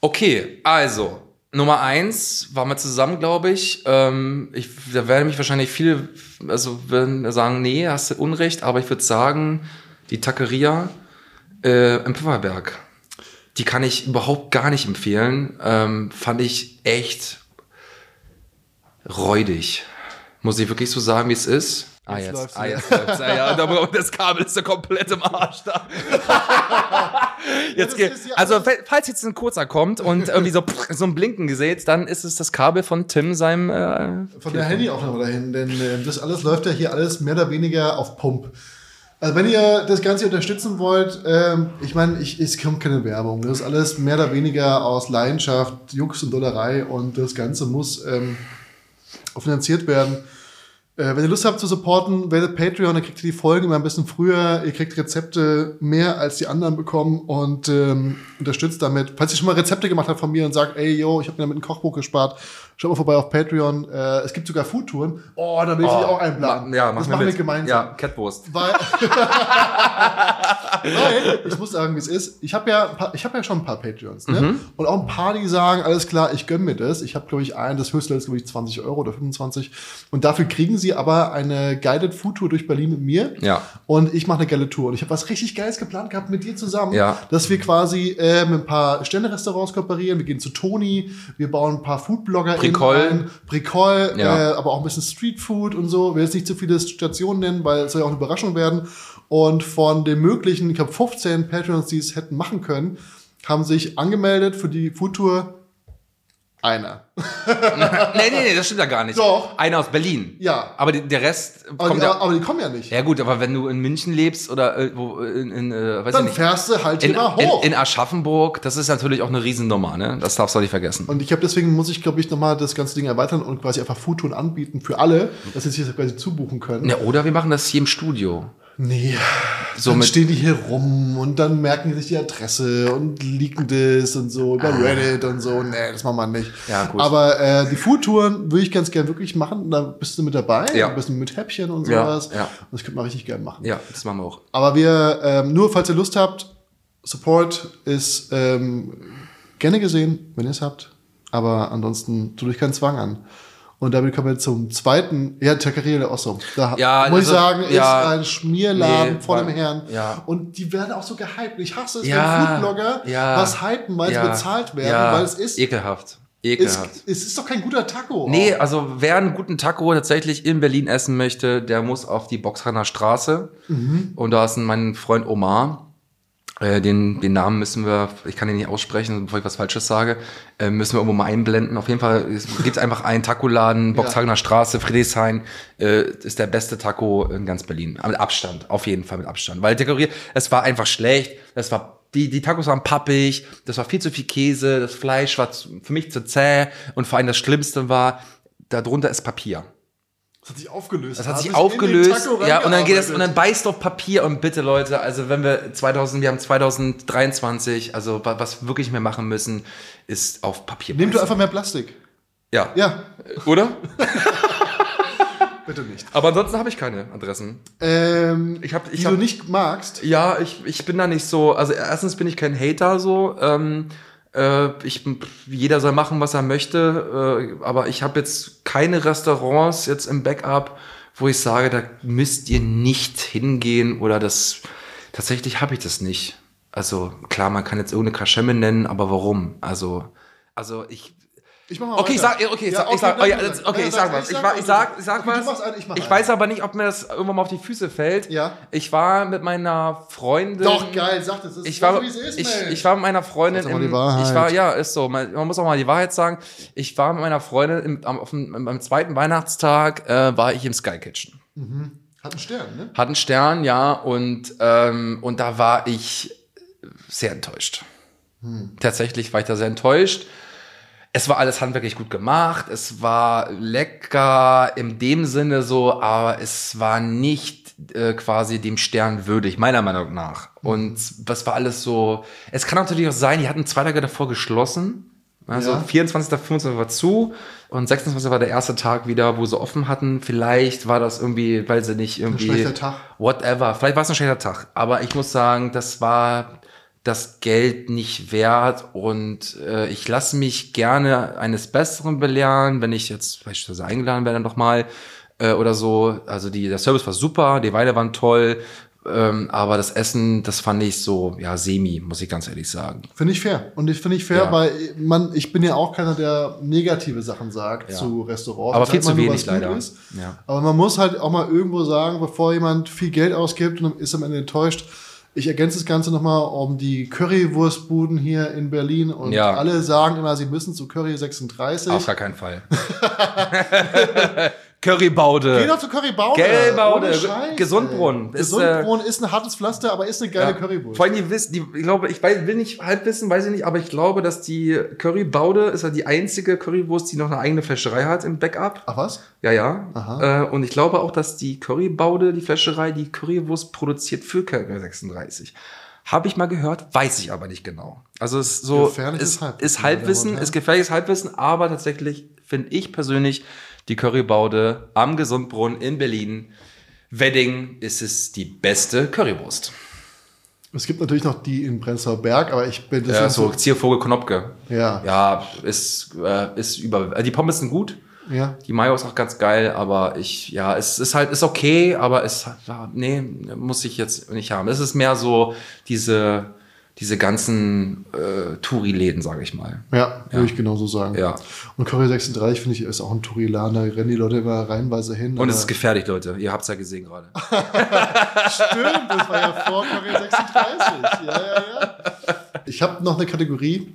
Okay, also. Nummer eins waren wir zusammen, glaube ich. Ähm, ich. Da werden mich wahrscheinlich viele also werden sagen, nee, hast du Unrecht, aber ich würde sagen, die Taqueria äh, im Pfefferberg. Die kann ich überhaupt gar nicht empfehlen. Ähm, fand ich echt räudig. Muss ich wirklich so sagen, wie es ist? Ah, Jetzt jetzt. läuft's ah, wieder. jetzt läuft's. Ah, ja, da- das Kabel ist so komplett im Arsch da. Jetzt das geht. ist ja Also, fa- falls jetzt ein kurzer kommt und irgendwie so, [laughs] so ein Blinken gesät, dann ist es das Kabel von Tim, seinem. Äh, Von der Handyaufnahme dahin, denn äh, das alles läuft ja hier alles mehr oder weniger auf Pump. Also wenn ihr das Ganze unterstützen wollt, ähm, ich meine, ich, es kommt keine Werbung. Das ist alles mehr oder weniger aus Leidenschaft, Jux und Dollerei und das Ganze muss ähm, finanziert werden. Äh, wenn ihr Lust habt zu supporten, werdet Patreon, dann kriegt ihr die Folgen immer ein bisschen früher. Ihr kriegt Rezepte mehr als die anderen bekommen und ähm, unterstützt damit. Falls ihr schon mal Rezepte gemacht habt von mir und sagt, ey, yo, ich habe mir damit ein Kochbuch gespart, schaut mal vorbei auf Patreon. Äh, es gibt sogar Foodtouren. Oh, da will ich dich auch einplanen. Ma- Ja, das mir [laughs] machen wir mit. gemeinsam. Ja, Catwurst. Weil Weil, ich muss sagen, wie es ist. Ich habe ja, ein paar- ich habe ja schon ein paar Patreons, ne? Mhm. Und auch ein paar, die sagen, alles klar, ich gönn mir das. Ich habe, glaube ich, einen, das höchste ist, glaube ich, 20 Euro oder 25. Und dafür kriegen sie aber eine Guided Food Tour durch Berlin mit mir. Ja. Und ich mache eine geile Tour. Und ich habe was richtig Geiles geplant gehabt mit dir zusammen, Ja. dass wir quasi äh, mit ein paar Sterne-Restaurants kooperieren. Wir gehen zu Toni, wir bauen ein paar Foodblogger Bricol. ein, Bricol, Ja. äh, aber auch ein bisschen Streetfood und so. Ich will jetzt nicht zu viele Stationen nennen, weil es soll ja auch eine Überraschung werden. Und von den möglichen, ich habe 15 Patreons, die es hätten machen können, haben sich angemeldet für die Foodtour einer. nee, nee, nee, das stimmt ja gar nicht. Doch. Einer aus Berlin. Ja. Aber die, der Rest Aber, kommt die, ja. aber die kommen ja nicht. Ja gut, aber wenn du in München lebst oder äh, wo in, in äh, weiß ich Dann nicht. fährst du halt in, hier mal hoch. in, in Aschaffenburg, das ist natürlich auch eine Riesennummer, ne? Das darfst du auch nicht vergessen. und ich habe deswegen muss ich glaube ich nochmal das ganze Ding erweitern und quasi einfach Foodtouren anbieten für alle, dass sie sich das quasi zubuchen können. Ja, oder wir machen das hier im Studio. Nee. So dann mit- stehen die hier rum und dann merken die sich die Adresse und liegen das und so über Reddit und so. Nee, das machen wir nicht. Ah. Ja, gut. Aber äh, die Foodtouren würde ich ganz gern wirklich machen. Da bist du mit dabei, Ja. ein bisschen mit Häppchen und Ja, sowas. ja. Und das könnte man richtig gern machen. Ja, das machen wir auch. Aber wir, ähm, nur falls ihr Lust habt, Support ist ähm, gerne gesehen, wenn ihr es habt. Aber ansonsten tut euch keinen Zwang an. Und damit kommen wir zum zweiten, ja, Taqueria der Osso. Da Ja, also, muss ich sagen, ja. ist ein Schmierladen Nee, vor dem war- Herrn. ja. Und die werden auch so gehypt. Ich hasse es, Ja, wenn Foodblogger ja, was hypen, weil sie bezahlt werden, ja, weil es ist, Ekelhaft. ist, Ekelhaft. es ist doch kein guter Taco. Oh, Nee, also wer einen guten Taco tatsächlich in Berlin essen möchte, der muss auf die Boxhaner Straße. Mhm. Und da ist mein Freund Omar. Äh, den, den Namen müssen wir, ich kann den nicht aussprechen, bevor ich was Falsches sage, äh, müssen wir irgendwo mal einblenden. Auf jeden Fall es gibt einfach einen Tacoladen, Boxhagener Straße, Friedrichshain, äh, ist der beste Taco in ganz Berlin. Mit Abstand, auf jeden Fall mit Abstand. Weil dekoriert, es war einfach schlecht, es war die, die Tacos waren pappig, das war viel zu viel Käse, das Fleisch war zu, für mich zu zäh und vor allem das Schlimmste war, darunter ist Papier. Das hat sich aufgelöst. Das hat Da sich hab ich in den aufgelöst. Taco Ja, und dann geht das, reingearbeitet. und dann beißt auf Papier und bitte Leute, also wenn wir 2000, wir haben 2023, also wa- was wir wirklich mehr machen müssen, ist auf Papier. Nehmt du beißen. einfach mehr Plastik. ja. Ja, Oder? bitte nicht. Aber ansonsten habe ich keine Adressen. Ähm, Ich hab- ich die hab- du nicht magst. Ja, ich, ich bin da nicht so, also erstens bin ich kein Hater so, ähm, äh, ich, jeder soll machen, was er möchte, äh, aber ich habe jetzt keine Restaurants jetzt im Backup, wo ich sage, da müsst ihr nicht hingehen oder das, tatsächlich habe ich das nicht. Also klar, man kann jetzt irgendeine Kaschemme nennen, aber warum? Also, also ich, Ich mach mal Okay, ich weiter. sag, okay, ich Ja, sag, ich sag, nein, oh, ja, nein, jetzt- nein, okay, ich sag nein, was. Ich, war- ich sag, ich sag Okay, also, du was. machst einen, ich mach einen. weiß aber nicht, ob mir das irgendwann mal auf die Füße fällt. Ja. Ich war mit meiner Freundin. Doch, geil, sag das. das Ich ist war, so, wie es ist, ich, Mensch. ich war mit meiner Freundin. Sag doch mal im- die Wahrheit. Ich war, ja, ist so. Man, man muss auch mal die Wahrheit sagen. Ich war mit meiner Freundin im, am, auf dem, am zweiten Weihnachtstag äh, war ich im Sky Kitchen Hat einen Stern, ne? hat einen Stern, ja, und, ähm, und da war ich sehr enttäuscht. Tatsächlich war ich da sehr enttäuscht. Es war alles handwerklich gut gemacht, es war lecker in dem Sinne so, aber es war nicht äh, quasi dem Stern würdig, meiner Meinung nach. Und das war alles so, es kann natürlich auch sein, die hatten zwei Tage davor geschlossen. Also Ja. 24. 25. war zu und 26. war der erste Tag wieder, wo sie offen hatten. Vielleicht war das irgendwie, weil sie nicht irgendwie. schlechter Tag. Whatever. Vielleicht war es ein schlechter Tag. Aber ich muss sagen, das war das Geld nicht wert und äh, ich lasse mich gerne eines Besseren belehren, wenn ich jetzt beispielsweise eingeladen werde nochmal äh, oder so. Also die, der Service war super, die Weine waren toll, ähm, aber das Essen, das fand ich so, ja, semi, muss ich ganz ehrlich sagen. Finde ich fair. Und ich finde ich fair, Ja. weil man, ich bin ja auch keiner, der negative Sachen sagt Ja. zu Restaurants. Aber Ich viel sag mal zu nur, wenig was gut leider. Ist. Ja. Aber man muss halt auch mal irgendwo sagen, bevor jemand viel Geld ausgibt und ist am Ende enttäuscht. Ich ergänze das Ganze nochmal um die Currywurstbuden hier in Berlin und Ja. alle sagen immer, sie müssen zu Curry 36. Auf gar keinen Fall. [laughs] Currybaude. Geh doch zu Currybaude. Gelbaude, Ohne Scheiß, Äh, Gesundbrunnen. ey. Ist, äh, Gesundbrunnen ist ein hartes Pflaster, aber ist eine geile Ja. Currywurst. Vor allem, die wissen, die, ich glaube, ich weiß, will nicht halb wissen, weiß ich nicht, aber ich glaube, dass die Currybaude ist ja die einzige Currywurst, die noch eine eigene Fleischerei hat im Backup. Ach was? Ja, ja. Ah. Aha. Äh, und ich glaube auch, dass die Currybaude, die Fleischerei, die Currywurst produziert für Curry 36. Habe ich mal gehört, weiß ich aber nicht genau. Also es ist so Gefährliches ist, Halbwissen, ist meine Damen Halbwissen, und ist gefährliches Halbwissen, aber tatsächlich finde ich persönlich die Currybaude am Gesundbrunnen in Berlin Wedding ist es die beste Currywurst. Es gibt natürlich noch die in Prenzlauer Berg, aber ich bin das Ja, ist so Ziervogel Knopke. Ja. Ja, ist, äh, ist über. äh, Die Pommes sind gut. Ja. Die Mayo ist auch ganz geil, aber ich, ja, es ist halt, ist okay, aber es, ja, nee, muss ich jetzt nicht haben. Es ist mehr so diese, diese ganzen äh, Touri-Läden, sage ich mal. Ja, würde ich genauso sagen. Ja. Und Curry 36 finde ich ist auch ein Tourilan, da rennen die Leute immer reihenweise hin. Und aber- es ist gefährlich, Leute. Ihr habt's ja gesehen gerade. Stimmt, das war ja vor Curry 36. Ja, ja, ja. Ich habe noch eine Kategorie,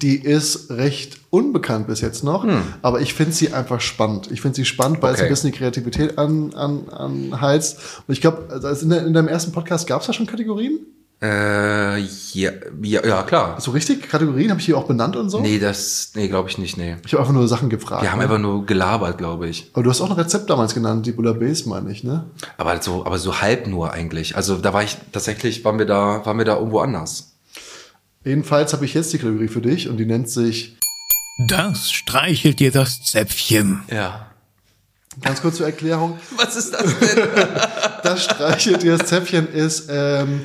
die ist recht unbekannt bis jetzt noch, aber ich finde sie einfach spannend. Ich finde sie spannend, weil es Hm. Okay. ein bisschen die Kreativität an, an, anheizt. Und ich glaube, also in, der- in deinem ersten Podcast gab es da schon Kategorien? Äh, ja, ja, ja, klar. So richtig? Kategorien habe ich hier auch benannt und so? Nee, das, nee, glaube ich nicht, nee. Ich habe einfach nur Sachen gefragt. Wir haben einfach nur gelabert, glaube ich. aber du hast auch ein Rezept damals genannt, die Bouillabaisse, meine ich, ne? Aber so, aber so halb nur eigentlich. Also da war ich, tatsächlich waren wir da, waren wir da irgendwo anders. Jedenfalls habe ich jetzt die Kategorie für dich und die nennt sich, Das streichelt dir das Zäpfchen. Ja. ganz kurz zur Erklärung, Was ist das denn? das streichelt dir das Zäpfchen ist ähm,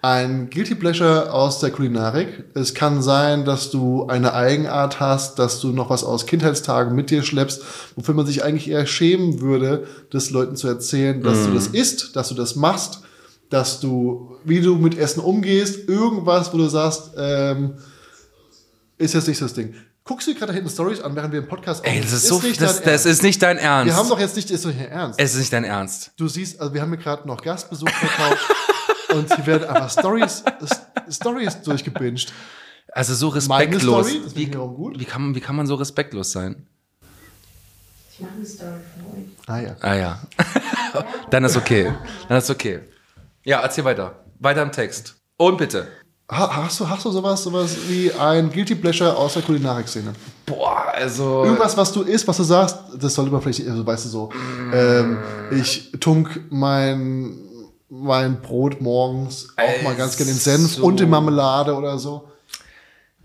ein Guilty Pleasure aus der Kulinarik. Es kann sein, dass du eine Eigenart hast, dass du noch was aus Kindheitstagen mit dir schleppst, wofür man sich eigentlich eher schämen würde, das Leuten zu erzählen, dass Mhm. du das isst, dass du das machst, dass du, wie du mit Essen umgehst, irgendwas, wo du sagst, ähm, ist jetzt nicht so das Ding. Guckst du dir gerade da hinten Stories an, während wir im Podcast Ey, das ist, so, nicht das, dein das Ernst. ist nicht dein Ernst. Wir haben doch jetzt nicht, ist doch nicht dein ernst. es ist nicht dein Ernst. Du siehst, also wir haben hier gerade noch Gastbesuch verkauft und hier werden einfach Stories, S- Stories durchgebinged. Also so Meine respektlos. Story? Das finde ich wiederum gut. wie, kann, wie kann man so respektlos sein? Ich mache eine Story von euch. Ah ja. Ah ja. [laughs] Dann ist okay. Dann ist okay. Ja, erzähl weiter. Weiter im Text. Und bitte. Ha, hast, du, hast du sowas, sowas wie ein Guilty Pleasure aus der Kulinarik-Szene? Boah, also. Irgendwas, was du isst, was du sagst, das sollte man vielleicht, also weißt du so, ähm, ich tunk mein, mein Brot morgens auch mal ganz gerne in Senf Also- und in Marmelade oder so.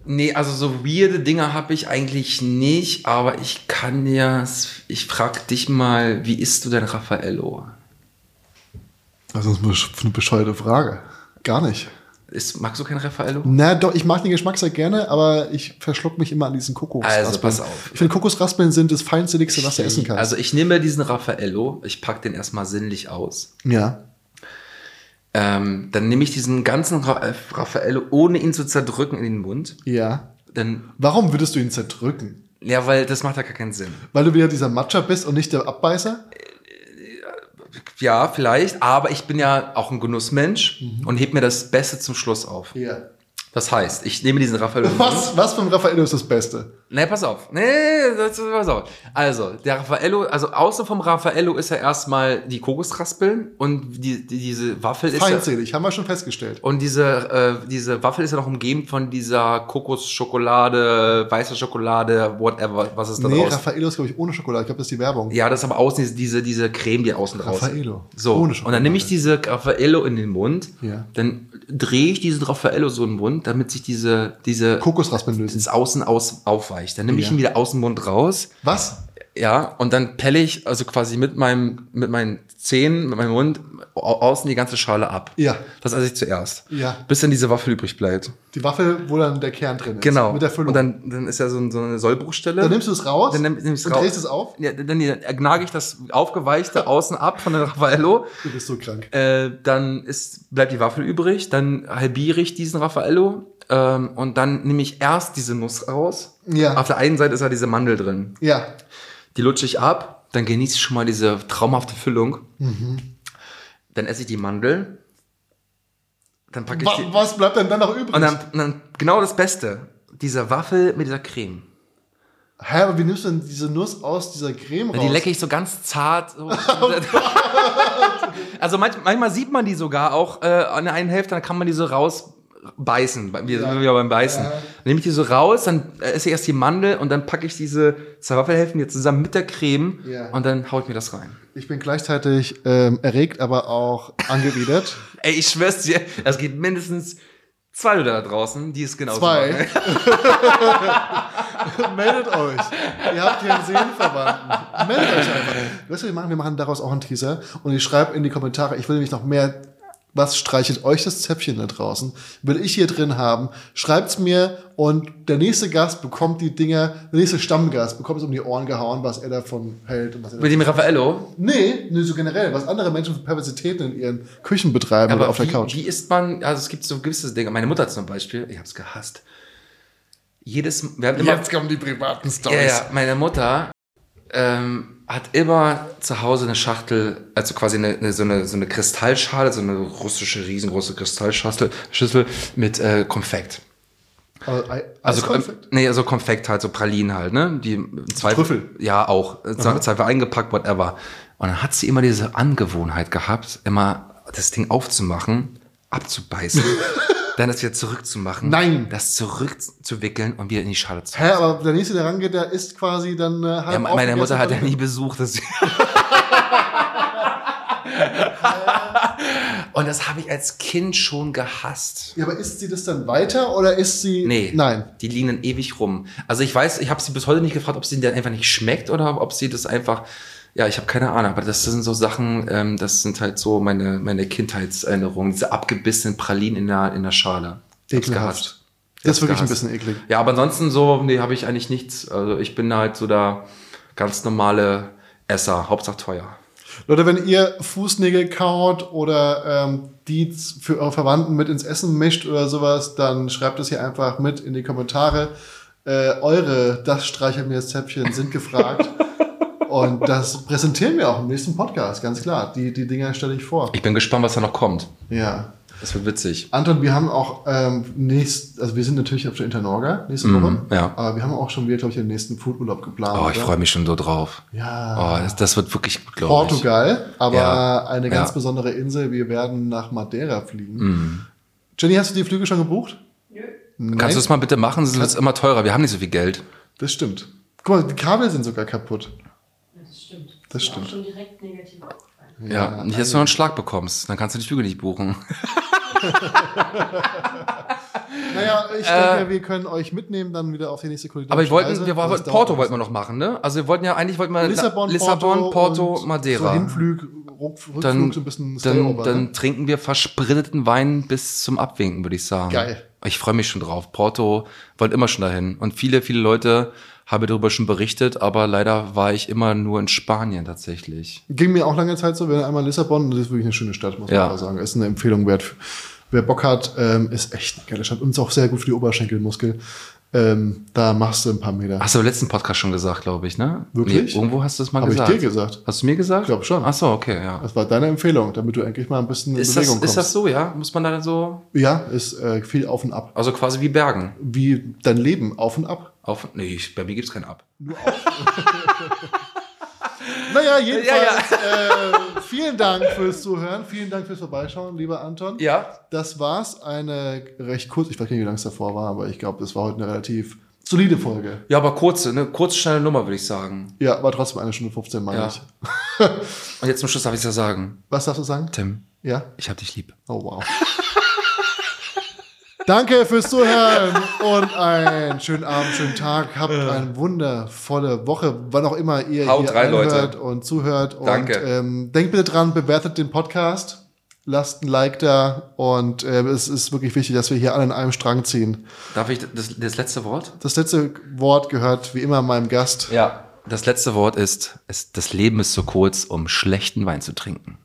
Nee, also so weirde Dinge habe ich eigentlich nicht, aber ich kann ja. Ich frag dich mal, wie isst du denn Raffaello? Das ist eine besch- eine bescheuerte Frage. Gar nicht. Ist, magst du kein Raffaello? Na doch, ich mag den Geschmack sehr gerne, aber ich verschluck mich immer an diesen Kokosraspeln. Also, pass auf. Ich finde, Kokosraspeln sind das feinsinnigste, was du essen kannst. Also ich nehme diesen Raffaello, ich pack den erstmal sinnlich aus. ja. Ähm, dann nehme ich diesen ganzen Ra äh, Raffaello, ohne ihn zu zerdrücken, in den Mund. Ja. Dann, Warum würdest du ihn zerdrücken? ja, weil das macht ja gar keinen Sinn. Weil du wieder dieser Matcha bist und nicht der Abbeißer? Ja, vielleicht, aber ich bin ja auch ein Genussmensch Mhm. und heb mir das Beste zum Schluss auf. Ja. Das heißt, ich nehme diesen Raffaello. in den Mund. Was, was vom Raffaello ist das Beste? Nee, pass auf. Nee, das, pass auf. Also, der Raffaello, also außen vom Raffaello ist ja erstmal die Kokosraspeln und die, die, diese Waffel ist Oh, ja, Feindselig, haben wir schon festgestellt. Und diese, äh, diese Waffel ist ja noch umgeben von dieser Kokosschokolade, weißer Schokolade, whatever, was ist da Nee, draus? Raffaello ist, glaube ich, ohne Schokolade. Ich glaube, das ist die Werbung. Ja, das ist aber außen diese, diese, diese Creme, die außen draus Raffaello. So, Ohne und dann nehme ich Schokolade. diese Raffaello in den Mund, Ja. dann drehe ich diesen Raffaello so in den Mund, damit sich diese, diese Kokosraspeln das lösen. Außen aus, aufweicht. Dann nehme ich Ja. ihn wieder aus dem Mund raus, Was? ja, und dann pelle ich also quasi mit meinem, mit meinen Zähnen, mit meinem Mund au- außen die ganze Schale ab. Ja. Das esse ich zuerst. Ja. Bis dann diese Waffel übrig bleibt. Die Waffel, wo dann der Kern drin ist. Genau. Mit der Füllung. Und dann, dann ist ja so, ein- so eine Sollbruchstelle. Dann nimmst du es raus Dann nimm, nimm ich's und raus. drehst es auf. Ja, dann, dann gnage ich das [laughs] aufgeweichte außen ab von der Raffaello. Du bist so krank. Äh, dann ist, bleibt die Waffel übrig. Dann halbiere ich diesen Raffaello. Ähm, und dann nehme ich erst diese Nuss raus. Ja. Auf der einen Seite ist ja diese Mandel drin. Ja. Die lutsche ich ab. Dann genieße ich schon mal diese traumhafte Füllung. Mhm. Dann esse ich die Mandel. Dann packe ich Wa die. was bleibt denn dann noch übrig? Und dann, und dann genau das Beste. Diese Waffel mit dieser Creme. Hä, aber wie nimmst du denn diese Nuss aus dieser Creme raus? Die lecke ich so ganz zart. [laughs] So. [laughs] also manch, manchmal sieht man die sogar auch äh, an der einen Hälfte, dann kann man die so rausbeißen. Bei- Wir sind wieder beim Beißen. Dann nehme ich die so raus, dann äh, esse ich erst die Mandel und dann packe ich diese zwei Waffelhälften jetzt zusammen mit der Creme Ja. und dann haut mir das rein. Ich bin gleichzeitig ähm, erregt, aber auch [laughs] angewidert. Ey, ich schwör's dir, es gibt mindestens zwei Leute da draußen, die es genauso Zwei. machen. [laughs] Meldet euch. Ihr habt hier einen Seelenverwandten. Meldet euch einfach. Weißt du, wir machen, wir machen daraus auch einen Teaser und ich schreibe in die Kommentare, ich will nämlich noch mehr Was streichelt euch das Zäpfchen da draußen? Will ich hier drin haben? Schreibt's mir und der nächste Gast bekommt die Dinger, der nächste Stammgast bekommt es um die Ohren gehauen, was er davon hält und was er Mit dem Raffaello. Nee, nee, so generell, was andere Menschen für Perversitäten in ihren Küchen betreiben oder auf wie, der Couch. wie isst man, also es gibt so gewisse Dinge. Meine Mutter zum Beispiel, ich hab's gehasst. Jedes, wir haben immer, kommen die privaten Stories. ja, ja, meine Mutter ähm, hat immer zu Hause eine Schachtel, also quasi eine, eine, so, eine, so eine Kristallschale, so eine russische riesengroße Kristallschüssel Schüssel mit äh, Konfekt. Also, Ei- Also, Konfekt? Konfekt? Nee, also Konfekt halt, so Pralinen halt, ne? Die im Zweifel, Trüffel. Mhm. Ja, auch. Im Zweifel eingepackt, whatever. Und dann hat sie immer diese Angewohnheit gehabt, immer das Ding aufzumachen, [laughs] abzubeißen, dann das wieder zurückzumachen, Nein. das zurückzuwickeln und wieder in die Schale zu. Hä, aber der nächste, der rangeht, der ist quasi dann äh, halb Ja, me- meine aufgegessen Mutter hat ja und- nie Besuch, [laughs] deswegen. und das habe ich als Kind schon gehasst. Ja, aber isst sie das dann weiter oder isst sie. Nee. Nein. Die liegen dann ewig rum. Also ich weiß, ich habe sie bis heute nicht gefragt, ob sie dann einfach nicht schmeckt oder ob sie das einfach. Ja, ich habe keine Ahnung, aber das sind so Sachen, ähm, das sind halt so meine, meine Kindheitserinnerungen, diese abgebissenen Pralinen in der, in der Schale. Ich hab's Ekelhaft. gehasst. Ich Das hab's ist wirklich ein gehasst. bisschen eklig. Ja, aber ansonsten so, nee, habe ich eigentlich nichts. Also ich bin halt so der ganz normale Esser, Hauptsache teuer. Leute, wenn ihr Fußnägel kaut oder ähm, die z- für eure Verwandten mit ins Essen mischt oder sowas, dann schreibt es hier einfach mit in die Kommentare. Äh, eure, das streichelt mir das Zäpfchen, sind [laughs] gefragt. Und das präsentieren wir auch im nächsten Podcast, ganz klar. Die, die Dinger stelle ich vor. Ich bin gespannt, was da noch kommt. Ja. Das wird witzig. Anton, wir haben auch ähm, nächst, also wir sind natürlich auf der Internorga nächste Woche, Mhm, ja. aber wir haben auch schon wieder, glaube ich, den nächsten Foodurlaub geplant. Oh, ich oder? freue mich schon so drauf. Ja. Oh, das, das wird wirklich gut, glaube ich. Portugal, aber Ja. eine ganz Ja. Mhm. besondere Insel. Wir werden nach Madeira fliegen. Jenny, hast du die Flüge schon gebucht? Nö. Nein, Kannst du das mal bitte machen? Es wird immer teurer. Wir haben nicht so viel Geld. das stimmt. Guck mal, die Kabel sind sogar kaputt. Das stimmt. Das Ist mir stimmt. Auch schon direkt negativ aufgefallen. Ja, nicht, dass du noch einen Schlag bekommst. Dann kannst du die Flüge nicht buchen. Naja, ich denke, wir können euch mitnehmen dann wieder auf die nächste Kulinarik. Äh, Aber wir wollten, wir wollten Porto wollten wir noch machen, ne? Also wir wollten ja eigentlich wollten wir Lissabon, na- Lissabon, Porto, und So Madeira. Hinflug, Ruck- Rückflug, dann, so ein bisschen dann, Stayover, ne? dann trinken wir verspritteten Wein bis zum Abwinken, würde ich sagen. Geil. Ich freue mich schon drauf. Porto wollte immer schon dahin. Und viele, viele Leute haben darüber schon berichtet, aber leider war ich immer nur in Spanien tatsächlich. Ging mir auch lange Zeit so, wenn einmal Lissabon, das ist wirklich eine schöne Stadt, muss Ja. man mal sagen. Ist eine Empfehlung wert. Wer Bock hat, ähm, ist echt eine geile Stadt und ist auch sehr gut für die Oberschenkelmuskel. Ähm, da machst du ein paar Meter. Hast du im letzten Podcast schon gesagt, glaube ich, ne? Wirklich? irgendwo hast du das mal Hab ich gesagt. dir gesagt. Hast du mir gesagt? Ich glaub schon. Ach so, okay, ja. Das war deine Empfehlung, damit du endlich mal ein bisschen in Ist das, Bewegung ist kommst. das so, ja? Muss man da so, Ja, ist äh, viel auf und ab. also quasi wie Bergen. Wie dein Leben auf und ab. Auf, nee, ich, bei mir gibt's keinen Ab. Naja, jedenfalls Äh, vielen Dank fürs Zuhören, vielen Dank fürs Vorbeischauen, lieber Anton. Ja. Das war's, eine recht kurz, ich weiß gar nicht, wie lange es davor war, aber ich glaube, das war heute eine relativ solide Folge. Ja, aber kurze, eine kurze, schnelle Nummer, würde ich sagen. Ja, war trotzdem eine Stunde 15, meine Ja. ich. Und jetzt zum Schluss darf ich's ja sagen. Was darfst du sagen? Tim, Ja? ich hab dich lieb. Oh, wow. [laughs] Danke fürs Zuhören und einen schönen Abend, schönen Tag. Habt eine wundervolle Woche, wann auch immer ihr Haut hier rein, anhört Leute. und zuhört. Danke. Und ähm, denkt bitte dran, bewertet den Podcast, lasst ein Like da und äh, es ist wirklich wichtig, dass wir hier alle in einem Strang ziehen. Darf ich das, das letzte Wort? Das letzte Wort gehört wie immer meinem Gast. Ja. Das letzte Wort ist, ist, das Leben ist zu kurz, um schlechten Wein zu trinken.